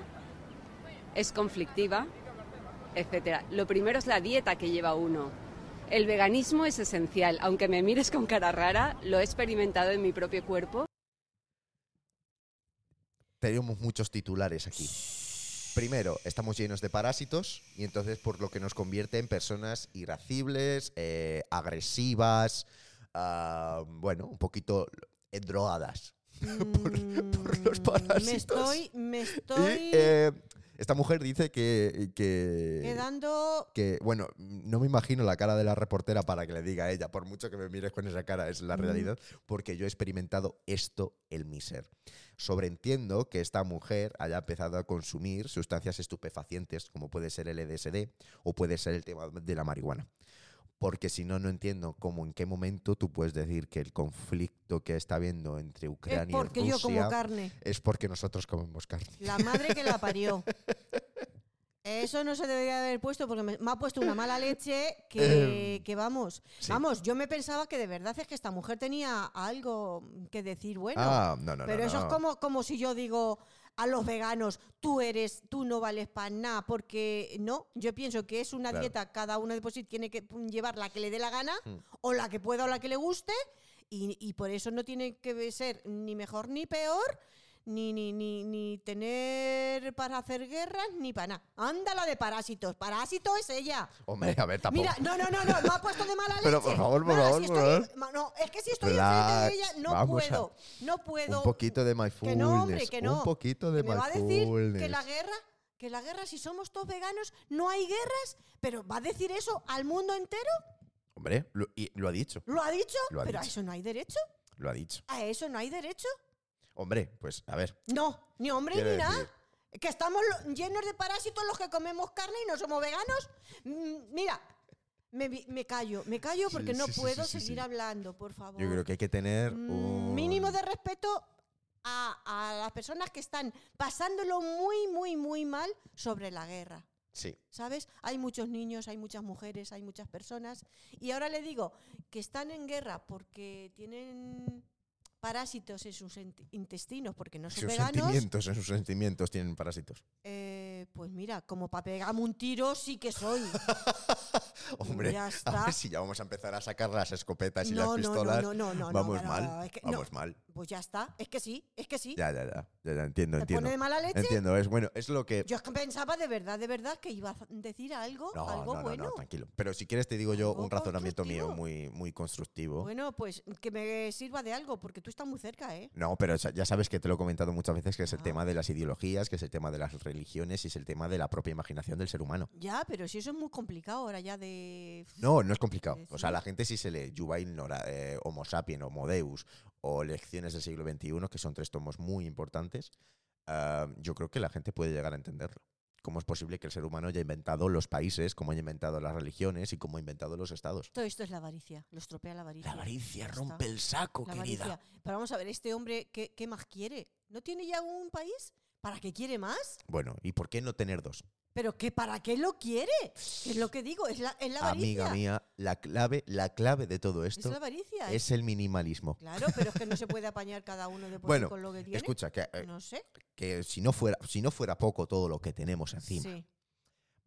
[SPEAKER 4] es conflictiva, etcétera. Lo primero es la dieta que lleva uno. El veganismo es esencial, aunque me mires con cara rara, lo he experimentado en mi propio cuerpo
[SPEAKER 1] Tenemos muchos titulares aquí. Primero, estamos llenos de parásitos y entonces por lo que nos convierte en personas irascibles, eh, agresivas, ah, bueno, un poquito eh, drogadas. por los
[SPEAKER 2] Mm,
[SPEAKER 1] parásitos.
[SPEAKER 2] Me estoy, me estoy
[SPEAKER 1] Y eh, esta mujer dice que... que
[SPEAKER 2] quedando. eh,
[SPEAKER 1] que, bueno, no me imagino la cara de la reportera para que le diga a ella, por mucho que me mires con esa cara, es la
[SPEAKER 2] Mm.
[SPEAKER 1] realidad, porque yo he experimentado esto en mi ser. Sobreentiendo que esta mujer haya empezado a consumir sustancias estupefacientes, como puede ser el E LSD o puede ser el tema de la marihuana. Porque si no, no entiendo cómo, en qué momento tú puedes decir que el conflicto que está habiendo entre
[SPEAKER 2] Es
[SPEAKER 1] Ucrania
[SPEAKER 2] porque
[SPEAKER 1] y
[SPEAKER 2] yo como
[SPEAKER 1] Rusia
[SPEAKER 2] carne.
[SPEAKER 1] es porque nosotros comemos carne.
[SPEAKER 2] La madre que la parió. Eso no se debería haber puesto porque me, me ha puesto una mala leche que, que vamos.
[SPEAKER 1] Em, Sí.
[SPEAKER 2] Vamos, yo me pensaba que de verdad es que esta mujer tenía algo que decir bueno.
[SPEAKER 1] ah, no, no, no,
[SPEAKER 2] pero eso es
[SPEAKER 1] no.
[SPEAKER 2] como, como si yo digo a los veganos, tú eres, tú no vales para nada, porque no, yo pienso que es una
[SPEAKER 1] Claro.
[SPEAKER 2] dieta, cada uno de por sí tiene que mm, llevar la que le dé la gana,
[SPEAKER 1] Mm.
[SPEAKER 2] o la que pueda o la que le guste, y, y por eso no tiene que ser ni mejor ni peor, ni, ni, ni, ni tener para hacer guerras, ni para nada. Ándala de parásitos. Parásito es ella.
[SPEAKER 1] Hombre, a ver, tampoco.
[SPEAKER 2] Mira, no, no, no, no, me ha puesto de mala leche.
[SPEAKER 1] Pero, por favor, por
[SPEAKER 2] Mala,
[SPEAKER 1] favor,
[SPEAKER 2] si
[SPEAKER 1] por
[SPEAKER 2] estoy-
[SPEAKER 1] favor.
[SPEAKER 2] ma- no, es que si estoy
[SPEAKER 1] Relax,
[SPEAKER 2] enfrente de ella, no
[SPEAKER 1] vamos a-
[SPEAKER 2] puedo, no puedo.
[SPEAKER 1] un poquito de mindfulness.
[SPEAKER 2] Que no, hombre, que no.
[SPEAKER 1] Un poquito de
[SPEAKER 2] Que me va a decir
[SPEAKER 1] mindfulness.
[SPEAKER 2] que la guerra, que la guerra, si somos todos veganos, no hay guerras, pero ¿va a decir eso al mundo entero?
[SPEAKER 1] Hombre, lo, y lo ha dicho,
[SPEAKER 2] ¿Lo ha dicho?
[SPEAKER 1] Lo ha
[SPEAKER 2] pero a
[SPEAKER 1] dicho.
[SPEAKER 2] eso no hay derecho.
[SPEAKER 1] lo ha dicho.
[SPEAKER 2] ¿A eso no hay derecho?
[SPEAKER 1] Hombre, pues a ver,
[SPEAKER 2] No, ni hombre
[SPEAKER 1] Quiero
[SPEAKER 2] ni nada.
[SPEAKER 1] decir-
[SPEAKER 2] Que estamos lo- llenos de parásitos los que comemos carne y no somos veganos. Mm, Mira, me, vi- me callo, me callo
[SPEAKER 1] Sí,
[SPEAKER 2] porque no
[SPEAKER 1] sí, sí,
[SPEAKER 2] puedo
[SPEAKER 1] sí, sí,
[SPEAKER 2] seguir
[SPEAKER 1] sí.
[SPEAKER 2] hablando, por favor.
[SPEAKER 1] yo creo que hay que tener
[SPEAKER 2] Mm,
[SPEAKER 1] un
[SPEAKER 2] Mínimo de respeto a, a las personas que están pasándolo muy, muy, muy mal sobre la guerra.
[SPEAKER 1] Sí,
[SPEAKER 2] ¿Sabes? Hay muchos niños, hay muchas mujeres, hay muchas personas. Y ahora le digo que están en guerra porque tienen parásitos en sus ent- intestinos, porque no son
[SPEAKER 1] sus
[SPEAKER 2] veganos.
[SPEAKER 1] sentimientos, en sus sentimientos tienen parásitos.
[SPEAKER 2] Eh, pues mira, como para pegarme un tiro sí que soy.
[SPEAKER 1] Hombre,
[SPEAKER 2] Ya
[SPEAKER 1] a
[SPEAKER 2] está.
[SPEAKER 1] ver si ya vamos a empezar a sacar las escopetas y
[SPEAKER 2] No,
[SPEAKER 1] las
[SPEAKER 2] no, no,
[SPEAKER 1] pistolas.
[SPEAKER 2] no, no, no, no,
[SPEAKER 1] vamos
[SPEAKER 2] no, no,
[SPEAKER 1] mal,
[SPEAKER 2] no, es que- no.
[SPEAKER 1] vamos mal.
[SPEAKER 2] Pues ya está, es que sí, es que sí.
[SPEAKER 1] Ya, ya, ya, ya, ya, entiendo,
[SPEAKER 2] ¿Te
[SPEAKER 1] entiendo.
[SPEAKER 2] pone de mala leche?
[SPEAKER 1] Entiendo, es bueno, es lo que...
[SPEAKER 2] Yo es que pensaba de verdad, de verdad que iba a decir algo,
[SPEAKER 1] No,
[SPEAKER 2] algo
[SPEAKER 1] no, no,
[SPEAKER 2] bueno.
[SPEAKER 1] no, tranquilo. Pero si quieres te digo yo
[SPEAKER 2] Algo
[SPEAKER 1] un razonamiento mío
[SPEAKER 2] constructivo.
[SPEAKER 1] muy, muy constructivo.
[SPEAKER 2] bueno, pues que me sirva de algo, porque tú estás muy cerca, ¿eh?
[SPEAKER 1] No, pero sa- ya sabes que te lo he comentado muchas veces, que es el
[SPEAKER 2] Ah.
[SPEAKER 1] tema de las ideologías, que es el tema de las religiones y es el tema de la propia imaginación del ser humano.
[SPEAKER 2] Ya, pero si eso es muy complicado ahora ya de...
[SPEAKER 1] No, no es complicado.
[SPEAKER 2] Eh,
[SPEAKER 1] O sea,
[SPEAKER 2] sí.
[SPEAKER 1] la gente sí se lee Yuval Nora, eh, Homo Sapien, Homo Deus o Lecciones del siglo XXI, que son tres tomos muy importantes, ah, yo creo que la gente puede llegar a entenderlo. ¿Cómo es posible que el ser humano haya inventado los países, cómo haya inventado las religiones y cómo ha inventado los estados?
[SPEAKER 2] Todo esto es la avaricia, lo estropea la avaricia.
[SPEAKER 1] La avaricia
[SPEAKER 2] Ya
[SPEAKER 1] rompe
[SPEAKER 2] está.
[SPEAKER 1] el saco,
[SPEAKER 2] La
[SPEAKER 1] querida.
[SPEAKER 2] avaricia. Pero vamos a ver, este hombre, ¿qué, qué más quiere? ¿No tiene ya un país? ¿Para qué quiere más?
[SPEAKER 1] Bueno, ¿y por qué no tener dos?
[SPEAKER 2] ¿Pero qué, para qué lo quiere? Es lo que digo, es la, es la avaricia.
[SPEAKER 1] Amiga mía, la clave, la clave de todo
[SPEAKER 2] es
[SPEAKER 1] esto
[SPEAKER 2] la avaricia.
[SPEAKER 1] es el minimalismo.
[SPEAKER 2] Claro, pero es que no se puede apañar cada uno de por sí
[SPEAKER 1] Bueno,
[SPEAKER 2] con lo que tiene.
[SPEAKER 1] Escucha, que, eh,
[SPEAKER 2] no sé.
[SPEAKER 1] que si, no fuera, si no fuera poco todo lo que tenemos encima,
[SPEAKER 2] Sí.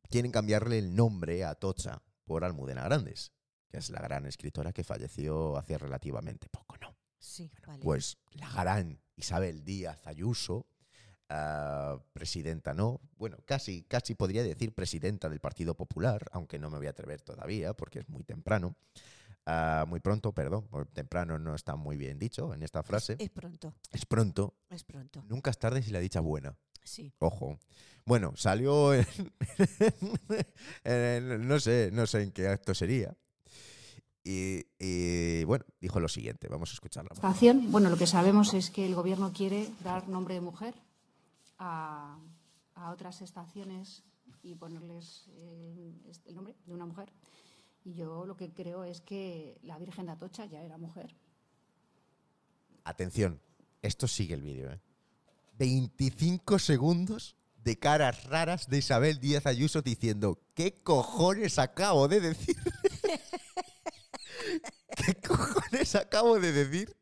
[SPEAKER 1] quieren cambiarle el nombre a Tocha por Almudena Grandes, que es la gran escritora que falleció hace relativamente poco, ¿no?
[SPEAKER 2] Sí, vale.
[SPEAKER 1] Pues la gran Isabel Díaz Ayuso, ah, presidenta, ¿no? Bueno, casi, casi podría decir presidenta del Partido Popular, aunque no me voy a atrever todavía porque es muy temprano. Ah, muy pronto, perdón, o temprano no está muy bien dicho en esta frase.
[SPEAKER 2] Es pronto,
[SPEAKER 1] Es pronto,
[SPEAKER 2] es pronto.
[SPEAKER 1] nunca es tarde si la dicha es buena.
[SPEAKER 2] Sí.
[SPEAKER 1] Ojo. Bueno, salió en, en- no sé, no sé en qué acto sería. Y, y, bueno, dijo lo siguiente, vamos a escucharla.
[SPEAKER 5] Acción. Bueno, lo que sabemos es que el gobierno quiere dar nombre de mujer a, a otras estaciones y ponerles eh, este- el nombre de una mujer. Y yo lo que creo es que la Virgen de Atocha ya era mujer.
[SPEAKER 1] Atención, esto sigue el vídeo, ¿eh? 25 segundos de caras raras de Isabel Díaz Ayuso diciendo, ¿qué cojones acabo de decir? ¿Qué cojones acabo de decir?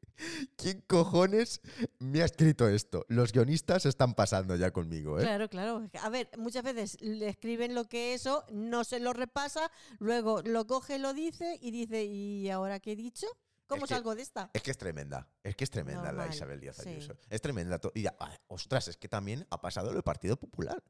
[SPEAKER 1] ¿Quién cojones me ha escrito esto? Los guionistas están pasando ya conmigo, ¿eh?
[SPEAKER 2] Claro, claro. A ver, muchas veces le escriben lo que eso, no se lo repasa, luego lo coge, lo dice y dice, ¿y ahora qué he dicho? ¿Cómo
[SPEAKER 1] Es que-
[SPEAKER 2] salgo de esta?
[SPEAKER 1] Es que es tremenda, es que es tremenda la
[SPEAKER 2] Normal,
[SPEAKER 1] Isabel Díaz
[SPEAKER 2] sí.
[SPEAKER 1] Ayuso. Es tremenda. to- Y, ah, ostras, es que también ha pasado lo del Partido Popular.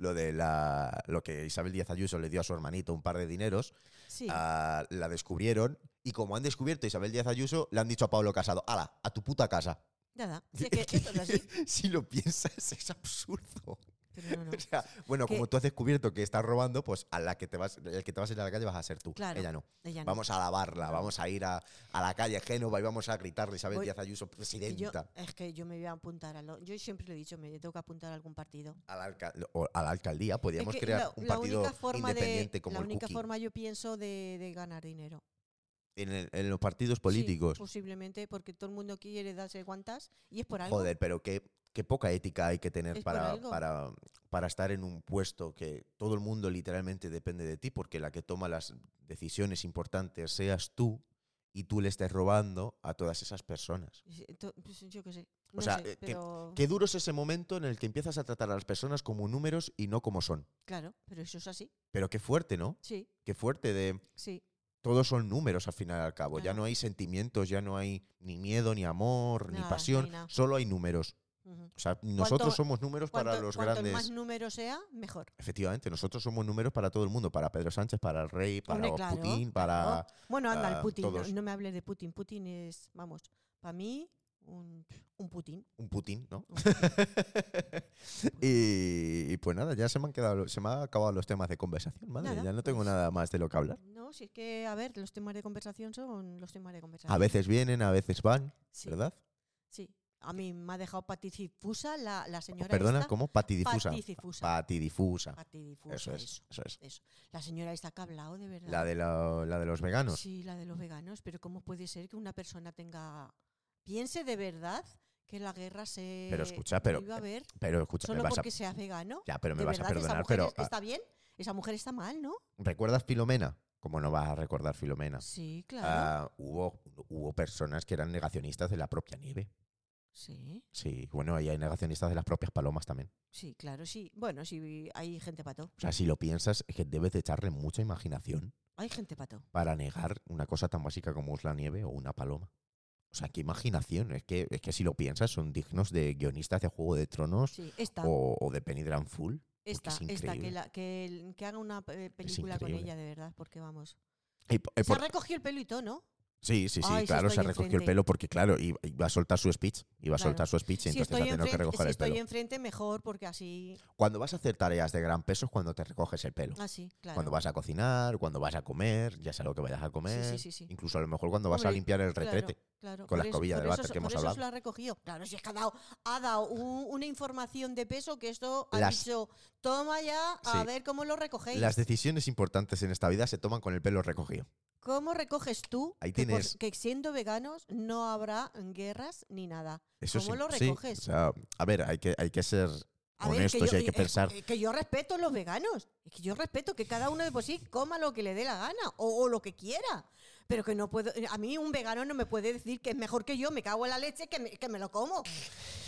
[SPEAKER 1] Lo de la lo que Isabel Díaz Ayuso le dio a su hermanito un par de dineros,
[SPEAKER 2] Sí.
[SPEAKER 1] ah, la descubrieron y como han descubierto a Isabel Díaz Ayuso, le han dicho a Pablo Casado, "Hala, a tu puta casa."
[SPEAKER 2] Nada. Si es que esto es así,
[SPEAKER 1] si lo piensas es absurdo.
[SPEAKER 2] pero no, no.
[SPEAKER 1] O sea, bueno,
[SPEAKER 2] Que-
[SPEAKER 1] como tú has descubierto que estás robando, pues a la que te vas el que te vas a ir a la calle vas a ser tú,
[SPEAKER 2] Claro.
[SPEAKER 1] ella no.
[SPEAKER 2] Ella no.
[SPEAKER 1] Vamos a alabarla, vamos a ir a, a la calle Génova y vamos a gritarle Isabel
[SPEAKER 2] Voy-
[SPEAKER 1] Díaz Ayuso,
[SPEAKER 2] Y yo-
[SPEAKER 1] presidenta.
[SPEAKER 2] es que yo me voy a apuntar a lo. Yo siempre lo he dicho, me tengo que apuntar a algún partido.
[SPEAKER 1] a la, alca- o a la alcaldía,
[SPEAKER 2] Es
[SPEAKER 1] podríamos
[SPEAKER 2] que
[SPEAKER 1] crear
[SPEAKER 2] la-
[SPEAKER 1] un
[SPEAKER 2] la
[SPEAKER 1] partido
[SPEAKER 2] única forma de-
[SPEAKER 1] independiente como
[SPEAKER 2] La
[SPEAKER 1] el
[SPEAKER 2] única
[SPEAKER 1] Cookie.
[SPEAKER 2] forma, yo pienso, de, de ganar dinero.
[SPEAKER 1] en, el- en los partidos
[SPEAKER 2] Sí,
[SPEAKER 1] políticos.
[SPEAKER 2] posiblemente, porque todo el mundo quiere darse guantas y es por algo.
[SPEAKER 1] Joder, pero qué, qué poca ética hay que tener
[SPEAKER 2] Es por
[SPEAKER 1] para,
[SPEAKER 2] algo.
[SPEAKER 1] para, para estar en un puesto que todo el mundo literalmente depende de ti, porque la que toma las decisiones importantes seas tú y tú le estés robando a todas esas personas.
[SPEAKER 2] Sí, to- pues Yo qué sé. No
[SPEAKER 1] sea,
[SPEAKER 2] sé,
[SPEAKER 1] eh, que-
[SPEAKER 2] pero,
[SPEAKER 1] Qué duro es ese momento en el que empiezas a tratar a las personas como números y no como son.
[SPEAKER 2] Claro, pero eso es así.
[SPEAKER 1] Pero qué fuerte, ¿no?
[SPEAKER 2] Sí,
[SPEAKER 1] Qué fuerte de...
[SPEAKER 2] sí.
[SPEAKER 1] todos son números al final y al cabo. Ya
[SPEAKER 2] Claro.
[SPEAKER 1] no hay sentimientos, ya no hay ni miedo, ni amor, ni
[SPEAKER 2] Nada, no hay
[SPEAKER 1] pasión.
[SPEAKER 2] nada.
[SPEAKER 1] Solo hay números.
[SPEAKER 2] Ujú.
[SPEAKER 1] O sea, nosotros
[SPEAKER 2] Cuanto-
[SPEAKER 1] somos números para
[SPEAKER 2] Cuanto-
[SPEAKER 1] los
[SPEAKER 2] cuanto
[SPEAKER 1] grandes.
[SPEAKER 2] más número sea, mejor.
[SPEAKER 1] Efectivamente, nosotros somos números para todo el mundo, para Pedro Sánchez, para el rey, para
[SPEAKER 2] Hombre, claro,
[SPEAKER 1] Putin, para...
[SPEAKER 2] claro. Bueno, anda, el
[SPEAKER 1] ah,
[SPEAKER 2] Putin. No,
[SPEAKER 1] todos.
[SPEAKER 2] no me hables de Putin. Putin es, vamos, para mí, un, un Putin.
[SPEAKER 1] un Putin, ¿no?
[SPEAKER 2] Un Putin.
[SPEAKER 1] y, y pues nada, ya se me han quedado, se me han acabado los temas de conversación, madre,
[SPEAKER 2] Nada,
[SPEAKER 1] ya no tengo
[SPEAKER 2] pues-
[SPEAKER 1] nada más de lo que hablar.
[SPEAKER 2] No, si es que, a ver, los temas de conversación son los temas de conversación.
[SPEAKER 1] A veces vienen, a veces van,
[SPEAKER 2] Sí,
[SPEAKER 1] ¿verdad?
[SPEAKER 2] Sí. A mí me ha dejado patidifusa la, la señora
[SPEAKER 1] Perdona,
[SPEAKER 2] esta.
[SPEAKER 1] ¿cómo? Patidifusa.
[SPEAKER 2] Patidifusa.
[SPEAKER 1] Patidifusa.
[SPEAKER 2] Patidifusa,
[SPEAKER 1] Eso es,
[SPEAKER 2] eso,
[SPEAKER 1] eso es.
[SPEAKER 2] eso. La señora esta que ha hablado, de verdad.
[SPEAKER 1] La de, la- la de los veganos.
[SPEAKER 2] Sí, la de los veganos, pero ¿cómo puede ser que una persona tenga piense de verdad que la guerra se
[SPEAKER 1] Pero escucha, pero-
[SPEAKER 2] iba a ver
[SPEAKER 1] Pero escucha, me
[SPEAKER 2] solo
[SPEAKER 1] vas a,
[SPEAKER 2] porque sea vegano?
[SPEAKER 1] ya, pero me
[SPEAKER 2] ¿De
[SPEAKER 1] vas a
[SPEAKER 2] verdad esa
[SPEAKER 1] perdonar,
[SPEAKER 2] mujer
[SPEAKER 1] pero
[SPEAKER 2] es- está bien? Esa mujer está mal, ¿no?
[SPEAKER 1] ah, ¿recuerdas Filomena? ¿Cómo no vas a recordar Filomena?
[SPEAKER 2] Sí, claro.
[SPEAKER 1] Ah, hubo, hubo personas que eran negacionistas de la propia nieve.
[SPEAKER 2] Sí,
[SPEAKER 1] Sí, bueno, y hay negacionistas de las propias palomas también.
[SPEAKER 2] sí, claro, sí. Bueno, sí hay gente pato.
[SPEAKER 1] O sea, si lo piensas, es que debes de echarle mucha imaginación
[SPEAKER 2] Hay gente pato.
[SPEAKER 1] para negar una cosa tan básica como es la nieve o una paloma. O sea, qué imaginación. Es que, es que si lo piensas, son dignos de guionistas de Juego de Tronos
[SPEAKER 2] Sí, esta,
[SPEAKER 1] o, o de Penny Dreadful.
[SPEAKER 2] esta,
[SPEAKER 1] Oh, es
[SPEAKER 2] esta que
[SPEAKER 1] increíble.
[SPEAKER 2] la que, el- que haga una eh, película con
[SPEAKER 1] increíble.
[SPEAKER 2] ella de verdad, porque vamos.
[SPEAKER 1] Y po- eh,
[SPEAKER 2] Se ha
[SPEAKER 1] por-
[SPEAKER 2] recogido el pelo y todo, ¿no?
[SPEAKER 1] sí, sí, sí,
[SPEAKER 2] Ay, si
[SPEAKER 1] claro, se
[SPEAKER 2] estoy
[SPEAKER 1] recogió el
[SPEAKER 2] enfrente.
[SPEAKER 1] pelo porque, claro, iba, iba a soltar su speech. Iba a
[SPEAKER 2] Claro.
[SPEAKER 1] soltar su speech y
[SPEAKER 2] si
[SPEAKER 1] entonces
[SPEAKER 2] estoy,
[SPEAKER 1] ha tenido que
[SPEAKER 2] enfrente,
[SPEAKER 1] recoger
[SPEAKER 2] si
[SPEAKER 1] el pelo.
[SPEAKER 2] estoy enfrente, mejor, porque así.
[SPEAKER 1] Cuando vas a hacer tareas de gran peso es cuando te recoges el pelo.
[SPEAKER 2] Así, Ah, claro.
[SPEAKER 1] Cuando vas a cocinar, cuando vas a comer, ya sea lo que vayas a comer.
[SPEAKER 2] sí, sí.
[SPEAKER 1] Incluso a lo mejor cuando vas a
[SPEAKER 2] Hombre,
[SPEAKER 1] limpiar el
[SPEAKER 2] claro,
[SPEAKER 1] retrete.
[SPEAKER 2] claro,
[SPEAKER 1] con la
[SPEAKER 2] por eso-
[SPEAKER 1] escobilla de
[SPEAKER 2] por
[SPEAKER 1] váter
[SPEAKER 2] eso-
[SPEAKER 1] que hemos
[SPEAKER 2] por
[SPEAKER 1] hablado.
[SPEAKER 2] Eso se lo ha recogido. Claro, si es que ha dado, ha dado un- una información de peso que esto ha
[SPEAKER 1] Las-
[SPEAKER 2] dicho, toma ya a
[SPEAKER 1] Sí.
[SPEAKER 2] ver cómo lo recogéis.
[SPEAKER 1] Las decisiones importantes en esta vida se toman con el pelo recogido.
[SPEAKER 2] ¿Cómo recoges tú
[SPEAKER 1] Ahí
[SPEAKER 2] que, por-
[SPEAKER 1] tienes.
[SPEAKER 2] que siendo veganos no habrá guerras ni nada?
[SPEAKER 1] Eso
[SPEAKER 2] ¿Cómo
[SPEAKER 1] sí,
[SPEAKER 2] lo
[SPEAKER 1] sí,
[SPEAKER 2] recoges?
[SPEAKER 1] o sea, a ver, hay que, hay que ser
[SPEAKER 2] A ver,
[SPEAKER 1] honestos y hay
[SPEAKER 2] eh,
[SPEAKER 1] que
[SPEAKER 2] eh,
[SPEAKER 1] pensar.
[SPEAKER 2] eh, que yo respeto a los veganos. Es que yo respeto que cada uno de por sí coma lo que le dé la gana o, o lo que quiera. Pero que no puedo. A mí un vegano no me puede decir que es mejor que yo, me cago en la leche, que me, que me lo como.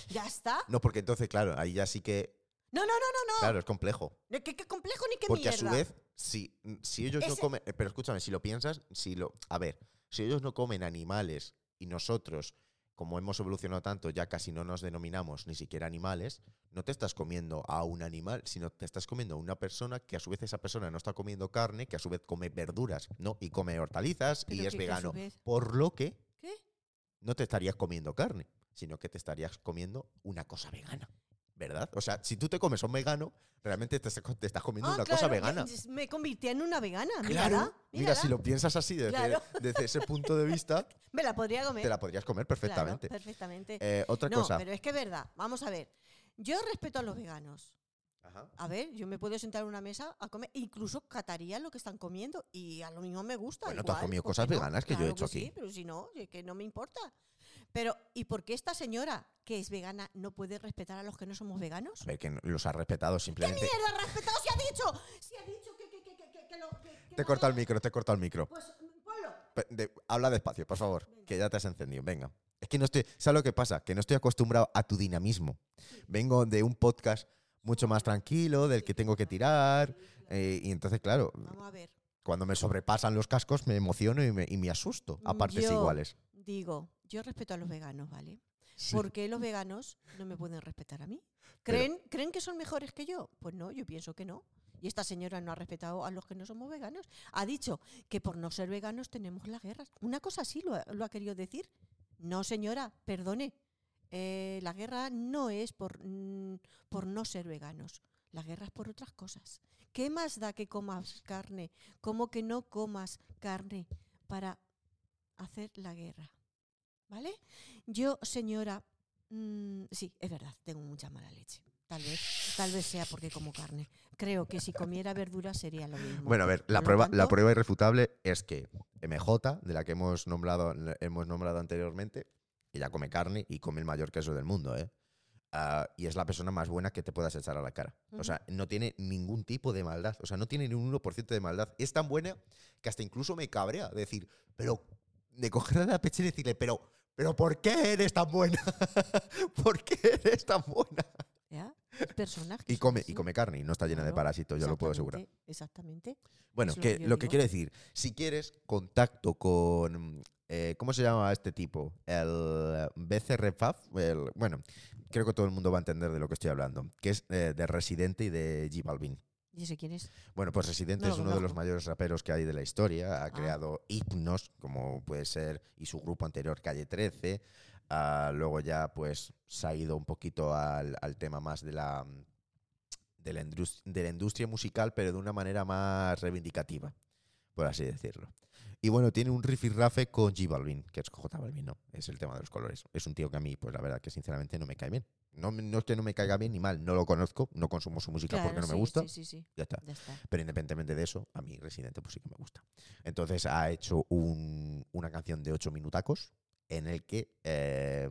[SPEAKER 2] Ya está.
[SPEAKER 1] No, porque entonces, claro, ahí ya sí que.
[SPEAKER 2] No, no, no, no, no.
[SPEAKER 1] Claro, es complejo.
[SPEAKER 2] No, ¿Qué, qué complejo ni qué
[SPEAKER 1] porque
[SPEAKER 2] mierda.
[SPEAKER 1] a su vez, si, si ellos no
[SPEAKER 2] Ese-
[SPEAKER 1] comen. eh, Pero escúchame, si lo piensas, si lo. A ver, si ellos no comen animales y nosotros, como hemos evolucionado tanto, ya casi no nos denominamos ni siquiera animales, no te estás comiendo a un animal, sino te estás comiendo a una persona que a su vez esa persona no está comiendo carne, que a su vez come verduras, ¿no? Y come hortalizas
[SPEAKER 2] Pero
[SPEAKER 1] y es
[SPEAKER 2] que- que a su
[SPEAKER 1] vegano.
[SPEAKER 2] vez-
[SPEAKER 1] Por lo que
[SPEAKER 2] ¿Qué?
[SPEAKER 1] no te estarías comiendo carne, sino que te estarías comiendo una cosa vegana. ¿Verdad? O sea, si tú te comes a un vegano, realmente te, estás- te estás comiendo
[SPEAKER 2] Ah,
[SPEAKER 1] una
[SPEAKER 2] claro,
[SPEAKER 1] cosa
[SPEAKER 2] ya-
[SPEAKER 1] vegana.
[SPEAKER 2] ya- Me convertí en una vegana.
[SPEAKER 1] Claro.
[SPEAKER 2] Mírala,
[SPEAKER 1] Mira,
[SPEAKER 2] mírala.
[SPEAKER 1] si lo piensas así desde,
[SPEAKER 2] Claro.
[SPEAKER 1] desde ese punto de vista,
[SPEAKER 2] Me la podría comer.
[SPEAKER 1] te la podrías comer
[SPEAKER 2] Claro,
[SPEAKER 1] perfectamente.
[SPEAKER 2] perfectamente.
[SPEAKER 1] Eh, otra
[SPEAKER 2] no,
[SPEAKER 1] cosa.
[SPEAKER 2] pero es que es verdad. Vamos a ver. Yo respeto a los veganos.
[SPEAKER 1] Ajá.
[SPEAKER 2] A ver, yo me puedo sentar a una mesa a comer, incluso cataría lo que están comiendo y a lo mismo me gusta.
[SPEAKER 1] Bueno, tú has
[SPEAKER 2] igual,
[SPEAKER 1] comido
[SPEAKER 2] ¿por qué
[SPEAKER 1] cosas
[SPEAKER 2] no?
[SPEAKER 1] veganas que yo he
[SPEAKER 2] Claro
[SPEAKER 1] hecho aquí.
[SPEAKER 2] Sí, pero si no, si es que no me importa. Pero, ¿y por qué esta señora que es vegana no puede respetar a los que no somos veganos?
[SPEAKER 1] A ver, que no- los has respetado simplemente.
[SPEAKER 2] ¡Mierda, respetado! ¡Si ha dicho! ¡Si ha dicho que, que, que, que, que, que lo- que- que
[SPEAKER 1] Te he
[SPEAKER 2] no
[SPEAKER 1] cortado el
[SPEAKER 2] veo!
[SPEAKER 1] micro, te he cortado el micro.
[SPEAKER 2] Pues, Pablo,
[SPEAKER 1] Pe- de- habla despacio, por favor, que ya te has encendido. Venga. Es que no estoy. ¿Sabes lo que pasa? Que no estoy acostumbrado a tu dinamismo. Vengo de un podcast mucho más tranquilo, del que tengo que tirar. eh, y entonces, claro,
[SPEAKER 2] vamos a ver.
[SPEAKER 1] cuando me sobrepasan los cascos me emociono y me, y me asusto a partes
[SPEAKER 2] Mm, Yo-
[SPEAKER 1] iguales.
[SPEAKER 2] Digo, yo respeto a los veganos, ¿vale?
[SPEAKER 1] Sí.
[SPEAKER 2] ¿Por qué los veganos no me pueden respetar a mí?
[SPEAKER 1] Pero-
[SPEAKER 2] ¿Creen, ¿Creen que son mejores que yo? Pues no, yo pienso que no. Y esta señora no ha respetado a los que no somos veganos. Ha dicho que por no ser veganos tenemos las guerras. Una cosa así lo ha, lo ha querido decir. No, señora, perdone. Eh, la guerra no es por, mm, por no ser veganos. La guerra es por otras cosas. ¿Qué más da que comas carne? ¿Cómo que no comas carne para hacer la guerra? ¿Vale? Yo, señora, mm, sí, es verdad, tengo mucha mala leche. Tal vez, tal vez sea porque como carne. Creo que si comiera verduras sería lo mismo.
[SPEAKER 1] Bueno, a ver, la
[SPEAKER 2] Por lo
[SPEAKER 1] prueba, la
[SPEAKER 2] tanto-
[SPEAKER 1] prueba irrefutable es que MJ, de la que hemos nombrado, hemos nombrado anteriormente, ella come carne y come el mayor queso del mundo, ¿eh? Ah, y es la persona más buena que te puedas echar a la cara. O
[SPEAKER 2] Ujú.
[SPEAKER 1] sea, no tiene ningún tipo de maldad. O sea, no tiene ni un 1% de maldad. Es tan buena que hasta incluso me cabrea decir, pero de cogerle la pecha y decirle, pero, pero ¿por qué eres tan buena? ¿Por qué eres tan buena?
[SPEAKER 2] ¿Ya? Es personaje.
[SPEAKER 1] Y come, y come carne y no está llena de
[SPEAKER 2] Pues Claro,
[SPEAKER 1] parásitos, yo lo puedo asegurar.
[SPEAKER 2] Exactamente.
[SPEAKER 1] Bueno,
[SPEAKER 2] Es lo
[SPEAKER 1] que,
[SPEAKER 2] que yo
[SPEAKER 1] lo que
[SPEAKER 2] digo.
[SPEAKER 1] quiero decir, si quieres contacto con mm, eh, ¿Cómo se llama este tipo? El eh, BCRFAF. el- bueno, creo que todo el mundo va a entender de lo que estoy hablando. Que es eh, de Residente y de G Balvin.
[SPEAKER 2] ¿Y ese quién es?
[SPEAKER 1] Bueno, pues Residente
[SPEAKER 2] No lo
[SPEAKER 1] es uno de los
[SPEAKER 2] conozco. Ah.
[SPEAKER 1] mayores raperos que hay de la historia. Ha creado himnos, como puede ser, y su grupo anterior, Calle 13. Ah, luego ya, pues, se ha ido un poquito al, al tema más de la, de, la indus- de la industria musical, pero de una manera más reivindicativa, por así decirlo. Y bueno, tiene un rifirrafe con G Balvin, que es J Balvin, ¿no? Es el tema de los colores. Es un tío que a mí, pues la verdad que sinceramente no me cae bien. No, me- no es que no me caiga bien ni mal, no lo conozco, no consumo su música porque no
[SPEAKER 2] sí,
[SPEAKER 1] me gusta,
[SPEAKER 2] Sí, sí, sí.
[SPEAKER 1] ya está.
[SPEAKER 2] Ya está.
[SPEAKER 1] Pero independientemente de eso, a mí Residente pues sí que me gusta. Entonces ha hecho un- una canción de 8 minutacos en el que eh,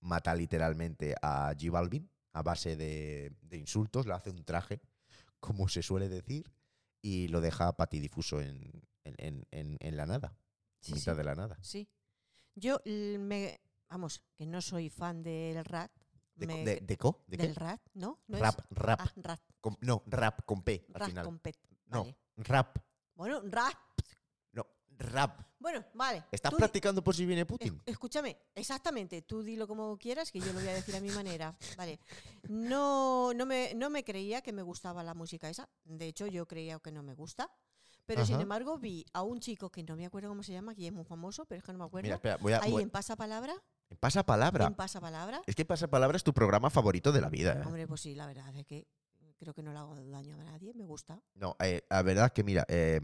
[SPEAKER 1] mata literalmente a G Balvin a base de, de insultos, le hace un traje, como se suele decir, y lo deja patidifuso en, en, en- en- en la nada,
[SPEAKER 2] Sí,
[SPEAKER 1] mitad
[SPEAKER 2] sí.
[SPEAKER 1] de la nada.
[SPEAKER 2] Sí. Yo l- me. Vamos, que no soy fan del rat.
[SPEAKER 1] ¿De, co-
[SPEAKER 2] me-
[SPEAKER 1] de- de co? ¿De qué?
[SPEAKER 2] ¿Del rat? ¿No? ¿No es?
[SPEAKER 1] Rap, rap.
[SPEAKER 2] Ah, rat.
[SPEAKER 1] con- no, rap con P al
[SPEAKER 2] rat
[SPEAKER 1] final.
[SPEAKER 2] con pet.
[SPEAKER 1] no,
[SPEAKER 2] Vale.
[SPEAKER 1] rap.
[SPEAKER 2] Bueno, rat.
[SPEAKER 1] No, rap.
[SPEAKER 2] Bueno, vale.
[SPEAKER 1] ¿Estás
[SPEAKER 2] tú di-
[SPEAKER 1] practicando por si viene Putin?
[SPEAKER 2] Es- Escúchame, exactamente, tú dilo como quieras, que yo lo voy a decir a mi manera. Vale. No, no, me, no me creía que me gustaba la música esa. De hecho, yo creía que no me gusta. Pero sin
[SPEAKER 1] Ajá.
[SPEAKER 2] embargo, vi a un chico que no me acuerdo cómo se llama, que es muy famoso, pero es que no me acuerdo.
[SPEAKER 1] Mira, espera, voy a...
[SPEAKER 2] Ahí em,
[SPEAKER 1] voy-
[SPEAKER 2] en Pasapalabra.
[SPEAKER 1] Pasa palabra.
[SPEAKER 2] En Pasapalabra.
[SPEAKER 1] Es que Pasapalabra es tu programa favorito de la vida. ¿eh?
[SPEAKER 2] Hombre, pues sí, la verdad es que creo que no le hago daño a nadie, me gusta.
[SPEAKER 1] No, eh, la verdad que mira, eh,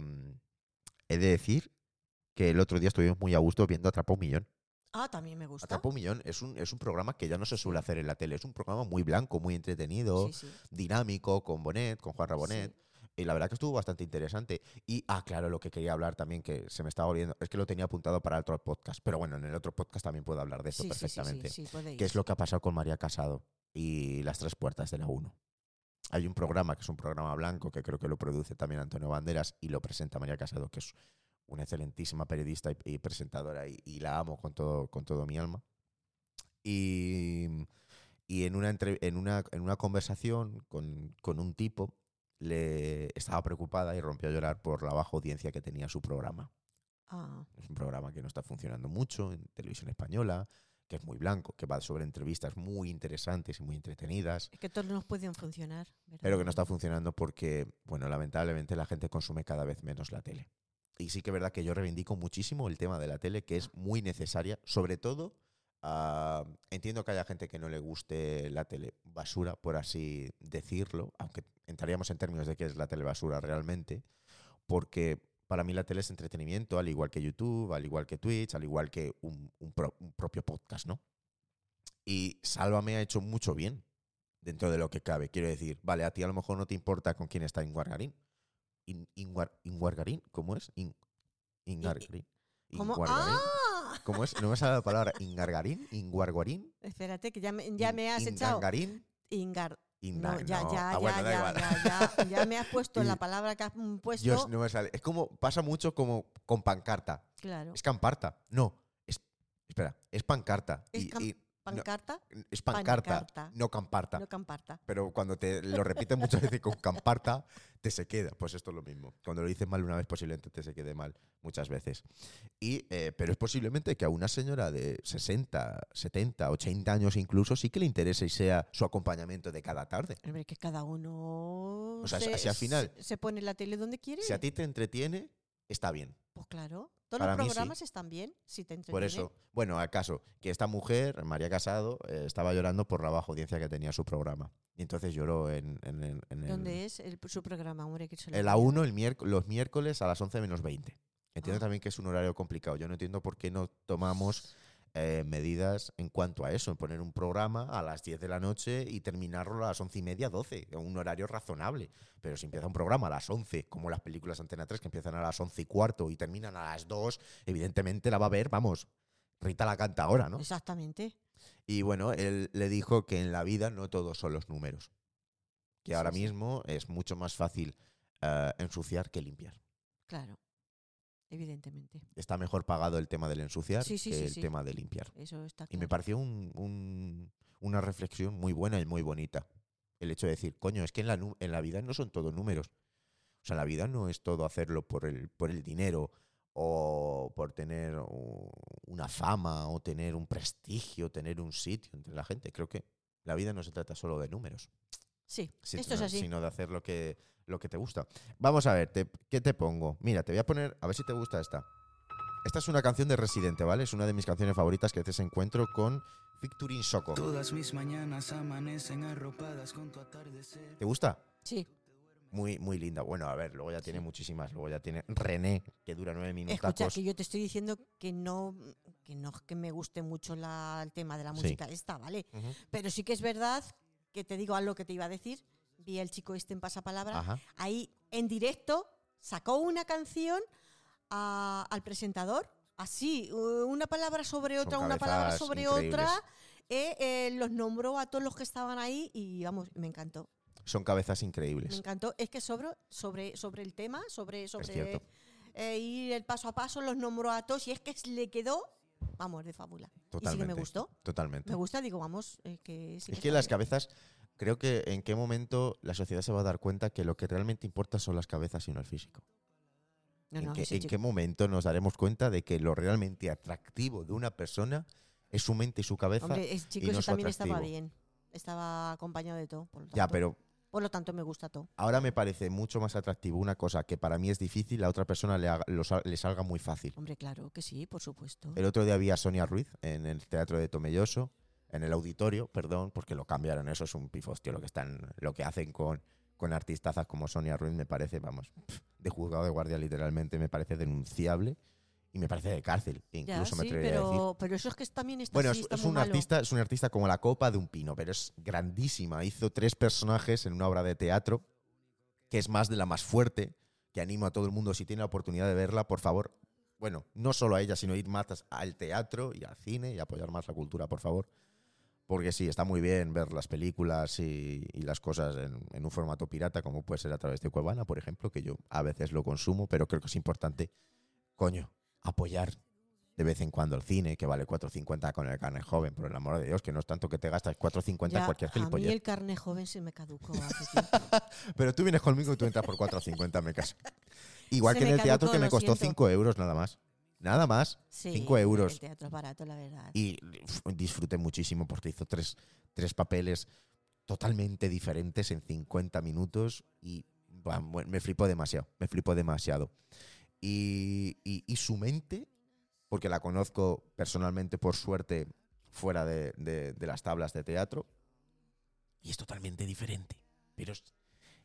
[SPEAKER 1] he de decir que el otro día estuvimos muy a gusto viendo Atrapa un Millón.
[SPEAKER 2] Ah, también me gusta.
[SPEAKER 1] Atrapa un Millón es un, es un programa que ya no se suele hacer en la tele. Es un programa muy blanco, muy entretenido,
[SPEAKER 2] Sí, sí.
[SPEAKER 1] dinámico, con Bonet, con Juan Rabonet. Y la verdad que estuvo bastante interesante. Y, ah, claro, lo que quería hablar también, que se me estaba olvidando, es que lo tenía apuntado para el otro podcast. Pero bueno, en el otro podcast también puedo hablar de eso
[SPEAKER 2] Sí, sí, sí, sí,
[SPEAKER 1] perfectamente.
[SPEAKER 2] sí, puede ir.
[SPEAKER 1] ¿Qué es lo que ha pasado con María Casado y las tres puertas de la 1? Hay un programa que es un programa blanco que creo que lo produce también Antonio Banderas y lo presenta María Casado, que es una excelentísima periodista y, y presentadora y, y la amo con todo, con todo mi alma. Y, y en, una entre- en, una, en una conversación con, con un tipo le estaba preocupada y rompió a llorar por la baja audiencia que tenía su programa.
[SPEAKER 2] Ah,
[SPEAKER 1] Es un programa que no está funcionando mucho en televisión española, que es muy blanco, que va sobre entrevistas muy interesantes y muy entretenidas,
[SPEAKER 2] es que todos nos pueden funcionar. ¿verdad?
[SPEAKER 1] pero que no está funcionando porque, bueno, lamentablemente la gente consume cada vez menos la tele. Y sí que es verdad que yo reivindico muchísimo el tema de la tele, que es muy necesaria, sobre todo, ah, entiendo que haya gente que no le guste la tele basura, por así decirlo, aunque entraríamos en términos de qué es la tele basura realmente, porque para mí la tele es entretenimiento, al igual que YouTube, al igual que Twitch, al igual que un, un pro- un propio podcast, ¿no? Y Sálvame ha hecho mucho bien dentro de lo que cabe. Quiero decir, vale, a ti a lo mejor no te importa con quién está Inguargarín. In- Inguar- ¿Inguargarín? ¿Cómo es? In- Ingargarín.
[SPEAKER 2] ¿Cómo?
[SPEAKER 1] Inguargarín.
[SPEAKER 2] ¡Ah!
[SPEAKER 1] ¿Cómo es? No me sale la palabra. Ingargarín, Inguarguarín.
[SPEAKER 2] Espérate, que ya me, ya
[SPEAKER 1] in-
[SPEAKER 2] me has echado.
[SPEAKER 1] Ingangarín.
[SPEAKER 2] Ingar.
[SPEAKER 1] Inda-
[SPEAKER 2] No, ya,
[SPEAKER 1] no.
[SPEAKER 2] ya,
[SPEAKER 1] Ah, bueno,
[SPEAKER 2] ya,
[SPEAKER 1] da
[SPEAKER 2] ya,
[SPEAKER 1] igual.
[SPEAKER 2] ya, ya, ya me has puesto
[SPEAKER 1] Y-
[SPEAKER 2] la palabra que has mm, puesto.
[SPEAKER 1] Dios, no me sale. Es como, pasa mucho como con pancarta.
[SPEAKER 2] Claro.
[SPEAKER 1] Es camparta. No, es, espera, es pancarta.
[SPEAKER 2] Es
[SPEAKER 1] y-
[SPEAKER 2] cam-
[SPEAKER 1] y-
[SPEAKER 2] Pancarta,
[SPEAKER 1] es pancarta,
[SPEAKER 2] pancarta.
[SPEAKER 1] no camparta.
[SPEAKER 2] no camparta.
[SPEAKER 1] Pero cuando te lo repiten muchas veces con camparta, te se queda. Pues esto es lo mismo. Cuando lo dices mal una vez, posiblemente te se quede mal muchas veces. Y, eh, pero es posiblemente que a una señora de 60, 70, 80 años incluso sí que le interese y sea su acompañamiento de cada tarde.
[SPEAKER 2] Hombre, que cada uno
[SPEAKER 1] O sea, si- si al final-
[SPEAKER 2] se, se pone la tele donde quiere.
[SPEAKER 1] Si a ti te entretiene, está bien.
[SPEAKER 2] Pues claro. Todos
[SPEAKER 1] Para
[SPEAKER 2] los
[SPEAKER 1] mí sí.
[SPEAKER 2] programas están bien, si te entretiene.
[SPEAKER 1] Por eso, bueno, acaso, que esta mujer, María Casado, eh, estaba llorando por la baja audiencia que tenía su programa. Y entonces lloró en, en, el- en el-
[SPEAKER 2] ¿Dónde es el- su programa, hombre? Que se lo
[SPEAKER 1] El
[SPEAKER 2] pida.
[SPEAKER 1] A1 el miérc- los miércoles a las 11 menos 20. Entiendo
[SPEAKER 2] Ah.
[SPEAKER 1] también que es un horario complicado. Yo no entiendo por qué no tomamos eh, medidas en cuanto a eso, en poner un programa a las 10 de la noche y terminarlo a las 11 y media, 12, en un horario razonable. Pero si empieza un programa a las 11, como las películas Antena 3 que empiezan a las 11 y cuarto y terminan a las 2, evidentemente la va a ver, vamos, Rita la canta ahora, ¿no?
[SPEAKER 2] Exactamente.
[SPEAKER 1] Y bueno, él le dijo que en la vida no todos son los números.
[SPEAKER 2] Sí,
[SPEAKER 1] Que ahora
[SPEAKER 2] sí.
[SPEAKER 1] mismo es mucho más fácil eh, ensuciar que limpiar.
[SPEAKER 2] Claro. Evidentemente.
[SPEAKER 1] Está mejor pagado el tema del ensuciar
[SPEAKER 2] Sí, sí,
[SPEAKER 1] que
[SPEAKER 2] sí,
[SPEAKER 1] el
[SPEAKER 2] sí.
[SPEAKER 1] tema de limpiar.
[SPEAKER 2] Eso está
[SPEAKER 1] Y me
[SPEAKER 2] claro.
[SPEAKER 1] pareció un- un- una reflexión muy buena y muy bonita. El hecho de decir, coño, es que en la, nu- en la vida no son todo números. O sea, en la vida no es todo hacerlo por el, por el dinero o por tener u- una fama o tener un prestigio, tener un sitio entre la gente. Creo que la vida no se trata solo de números,
[SPEAKER 2] Sí,
[SPEAKER 1] si-
[SPEAKER 2] esto es
[SPEAKER 1] no-
[SPEAKER 2] así.
[SPEAKER 1] sino de hacer lo que, lo que te gusta. Vamos a ver, te- ¿qué te pongo? Mira, te voy a poner, a ver si te gusta esta. Esta es una canción de Residente, ¿vale? Es una de mis canciones favoritas que haces encuentro con Victorin Soco.
[SPEAKER 6] Todas mis mañanas amanecen arropadas con tu atardecer.
[SPEAKER 1] ¿Te gusta?
[SPEAKER 2] Sí,
[SPEAKER 1] Muy, muy linda. Bueno, a ver, luego ya tiene muchísimas. Luego ya tiene René, que dura nueve
[SPEAKER 2] escucha,
[SPEAKER 1] minutacos.
[SPEAKER 2] que yo te estoy diciendo que no que no es que me guste mucho la- el tema de la
[SPEAKER 1] Sí.
[SPEAKER 2] música esta, ¿vale?
[SPEAKER 1] Ujú.
[SPEAKER 2] Pero sí que es verdad que te digo algo que te iba a decir. Vi al chico este en Pasapalabra.
[SPEAKER 1] Ajá.
[SPEAKER 2] Ahí en directo sacó una canción a- al presentador. Así, u- una palabra sobre
[SPEAKER 1] Son
[SPEAKER 2] otra, una palabra
[SPEAKER 1] cabezas
[SPEAKER 2] sobre
[SPEAKER 1] increíbles.
[SPEAKER 2] otra. Eh, eh, los nombró a todos los que estaban ahí y vamos, me encantó.
[SPEAKER 1] Son cabezas
[SPEAKER 2] Me
[SPEAKER 1] increíbles.
[SPEAKER 2] encantó. Es que sobre, sobre, sobre el tema, sobre, sobre
[SPEAKER 1] cierto.
[SPEAKER 2] eh, ir el paso a paso, los nombró a todos y es que le quedó, vamos, de fábula.
[SPEAKER 1] Totalmente.
[SPEAKER 2] Y sí que me gustó.
[SPEAKER 1] Totalmente.
[SPEAKER 2] Me gusta, digo, vamos, eh, que sí
[SPEAKER 1] es
[SPEAKER 2] está
[SPEAKER 1] que las
[SPEAKER 2] bien.
[SPEAKER 1] cabezas, creo que en qué momento la sociedad se va a dar cuenta que lo que realmente importa son las cabezas y no el físico.
[SPEAKER 2] No,
[SPEAKER 1] ¿En,
[SPEAKER 2] no,
[SPEAKER 1] qué,
[SPEAKER 2] ese
[SPEAKER 1] en
[SPEAKER 2] chico-
[SPEAKER 1] qué momento nos daremos cuenta de que lo realmente atractivo de una persona es su mente y su cabeza?
[SPEAKER 2] Hombre, ese chico
[SPEAKER 1] no
[SPEAKER 2] ese
[SPEAKER 1] su
[SPEAKER 2] también estaba
[SPEAKER 1] atractivo.
[SPEAKER 2] bien. Estaba acompañado de todo. Por lo tanto,
[SPEAKER 1] ya, pero
[SPEAKER 2] Por lo tanto, me gusta todo.
[SPEAKER 1] ahora me parece mucho más atractivo una cosa que para mí es difícil, a otra persona le, haga- lo sal- le salga muy fácil.
[SPEAKER 2] Hombre, claro que sí, por supuesto.
[SPEAKER 1] El otro día vi a Sonia Ruiz en el Teatro de Tomelloso, en el auditorio, perdón, porque lo cambiaron, eso es un pifostio lo que están, lo que hacen con, con artistazas como Sonia Ruiz, me parece, vamos, pf, de juzgado de guardia literalmente, me parece denunciable y me parece de cárcel, e
[SPEAKER 2] Ya,
[SPEAKER 1] incluso me
[SPEAKER 2] sí,
[SPEAKER 1] atrevería a decir.
[SPEAKER 2] pero, pero eso es que es- también está,
[SPEAKER 1] Bueno,
[SPEAKER 2] sí,
[SPEAKER 1] es,
[SPEAKER 2] está
[SPEAKER 1] es
[SPEAKER 2] muy
[SPEAKER 1] un
[SPEAKER 2] malo.
[SPEAKER 1] artista, es un artista como la copa de un pino, pero es grandísima. Hizo tres personajes en una obra de teatro, que es más de la más fuerte, que animo a todo el mundo, si tiene la oportunidad de verla, por favor, bueno, no solo a ella, sino ir más al teatro y al cine y apoyar más la cultura, por favor. Porque sí, está muy bien ver las películas y, y las cosas en, en un formato pirata, como puede ser a través de Cuevana, por ejemplo, que yo a veces lo consumo, pero creo que es importante, coño, apoyar de vez en cuando el cine, que vale 4.50 con el carnet joven, por el amor de Dios, que no es tanto que te gastas 4.50 en
[SPEAKER 2] Ya,
[SPEAKER 1] cualquier
[SPEAKER 2] a mí
[SPEAKER 1] gilipollez.
[SPEAKER 2] el carne joven se me caducó hace tiempo.
[SPEAKER 1] Pero tú vienes conmigo y tú entras por 4.50, me caso. Igual
[SPEAKER 2] Se
[SPEAKER 1] que en
[SPEAKER 2] me
[SPEAKER 1] el teatro
[SPEAKER 2] caducó,
[SPEAKER 1] que me
[SPEAKER 2] lo
[SPEAKER 1] costó
[SPEAKER 2] siento.
[SPEAKER 1] 5 euros nada más. Nada más.
[SPEAKER 2] Sí,
[SPEAKER 1] 5 euros.
[SPEAKER 2] El teatro es barato, la verdad.
[SPEAKER 1] y uf, disfruté muchísimo porque hizo tres, tres papeles totalmente diferentes en 50 minutos y buah, mu- me flipó demasiado, me flipó demasiado. Y, y- y su mente, porque la conozco personalmente por suerte fuera de, de- de las tablas de teatro, y es totalmente diferente, pero es,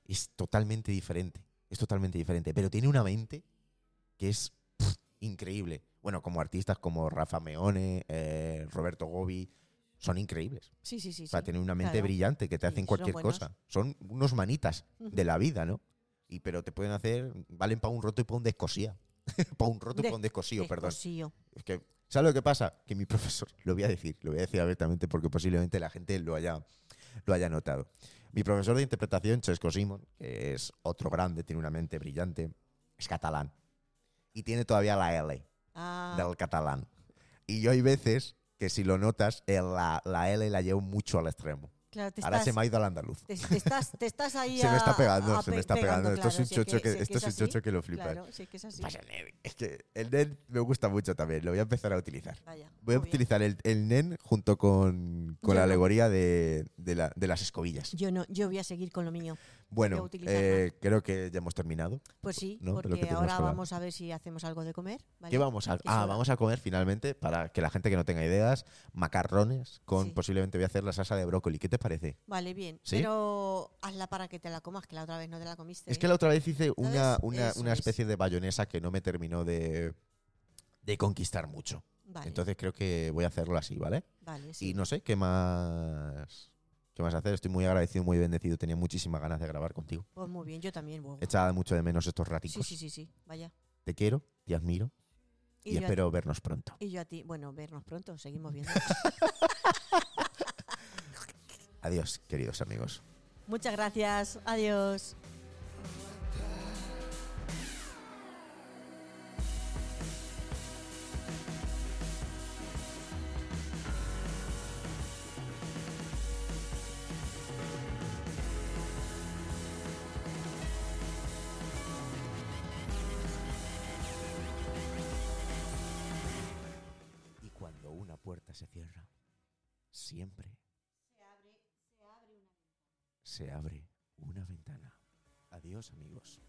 [SPEAKER 1] es totalmente diferente, es totalmente diferente, pero tiene una mente que es increíble. Bueno, como artistas como Rafa Meone, eh, Roberto Gobi, son increíbles.
[SPEAKER 2] Sí, sí, sí.
[SPEAKER 1] o sea,
[SPEAKER 2] sí.
[SPEAKER 1] tienen una mente
[SPEAKER 2] claro.
[SPEAKER 1] brillante que te
[SPEAKER 2] Sí,
[SPEAKER 1] hacen
[SPEAKER 2] son
[SPEAKER 1] cualquier
[SPEAKER 2] buenos.
[SPEAKER 1] cosa. Son unos manitas de la vida, ¿no? Y pero te pueden hacer, valen para un roto y para un descosía. para un roto y
[SPEAKER 2] Des-
[SPEAKER 1] para un descosío, perdón.
[SPEAKER 2] Descosío.
[SPEAKER 1] Es que, ¿Sabes lo que pasa? Que mi profesor, lo voy a decir, lo voy a decir abiertamente porque posiblemente la gente lo haya, lo haya notado. Mi profesor de interpretación, Chesco Simon, que es otro grande, tiene una mente brillante, es catalán. Y tiene todavía la L
[SPEAKER 2] Ah,
[SPEAKER 1] del catalán. Y yo hay veces que si lo notas, eh, la, la L la llevo mucho al extremo.
[SPEAKER 2] claro, te
[SPEAKER 1] Ahora
[SPEAKER 2] estás,
[SPEAKER 1] se me ha ido al andaluz.
[SPEAKER 2] te, te estás, te estás ahí
[SPEAKER 1] Se me está
[SPEAKER 2] a-
[SPEAKER 1] pegando,
[SPEAKER 2] a
[SPEAKER 1] se me
[SPEAKER 2] pe-
[SPEAKER 1] está pegando. Esto es
[SPEAKER 2] claro,
[SPEAKER 1] un
[SPEAKER 2] si que-
[SPEAKER 1] chocho que-
[SPEAKER 2] si
[SPEAKER 1] esto es un
[SPEAKER 2] así,
[SPEAKER 1] chocho que lo flipas.
[SPEAKER 2] Claro, sí, que es así.
[SPEAKER 1] Pasa, nen. Es que el nen me gusta mucho también, lo voy a empezar a utilizar.
[SPEAKER 2] Vaya,
[SPEAKER 1] Voy a
[SPEAKER 2] muy bien.
[SPEAKER 1] utilizar el, el nen junto con, con
[SPEAKER 2] Yo
[SPEAKER 1] la
[SPEAKER 2] no.
[SPEAKER 1] alegoría de, de la- de las escobillas.
[SPEAKER 2] Yo no, yo voy a seguir con lo mío. voy a
[SPEAKER 1] Bueno,
[SPEAKER 2] utilizarla.
[SPEAKER 1] eh, creo que ya hemos terminado.
[SPEAKER 2] Pues sí,
[SPEAKER 1] No, de lo que
[SPEAKER 2] porque
[SPEAKER 1] tenemos que
[SPEAKER 2] ahora
[SPEAKER 1] hablar.
[SPEAKER 2] vamos a ver si hacemos algo de comer. ¿vale?
[SPEAKER 1] ¿Qué vamos a,
[SPEAKER 2] Que
[SPEAKER 1] ah,
[SPEAKER 2] sobra.
[SPEAKER 1] vamos a comer finalmente, para que la gente que no tenga ideas, macarrones con
[SPEAKER 2] Sí.
[SPEAKER 1] posiblemente voy a hacer la salsa de brócoli. ¿Qué te parece?
[SPEAKER 2] Vale, bien.
[SPEAKER 1] ¿Sí?
[SPEAKER 2] Pero hazla para que te la comas, que la otra vez no te la comiste. ¿eh?
[SPEAKER 1] Es que la otra vez hice una,
[SPEAKER 2] ¿Sabes?
[SPEAKER 1] una,
[SPEAKER 2] Eso
[SPEAKER 1] una
[SPEAKER 2] es.
[SPEAKER 1] especie de bayonesa que no me terminó de, de conquistar mucho.
[SPEAKER 2] Vale,
[SPEAKER 1] Entonces creo que voy a hacerlo así, ¿vale?
[SPEAKER 2] vale,
[SPEAKER 1] Y
[SPEAKER 2] sí.
[SPEAKER 1] no sé qué más qué más hacer. Estoy muy agradecido, muy bendecido. Tenía muchísimas ganas de grabar contigo.
[SPEAKER 2] Pues muy bien, yo también. buah, buah.
[SPEAKER 1] Echaba mucho de menos estos
[SPEAKER 2] Sí,
[SPEAKER 1] raticos.
[SPEAKER 2] sí, sí, sí, vaya.
[SPEAKER 1] Te quiero, te admiro y,
[SPEAKER 2] yo a-
[SPEAKER 1] espero vernos pronto.
[SPEAKER 2] y yo a ti. Bueno, vernos pronto, seguimos viendo.
[SPEAKER 1] Adiós, queridos amigos.
[SPEAKER 2] Muchas gracias, adiós.
[SPEAKER 1] una puerta se cierra, siempre se abre una ventana. Adiós amigos.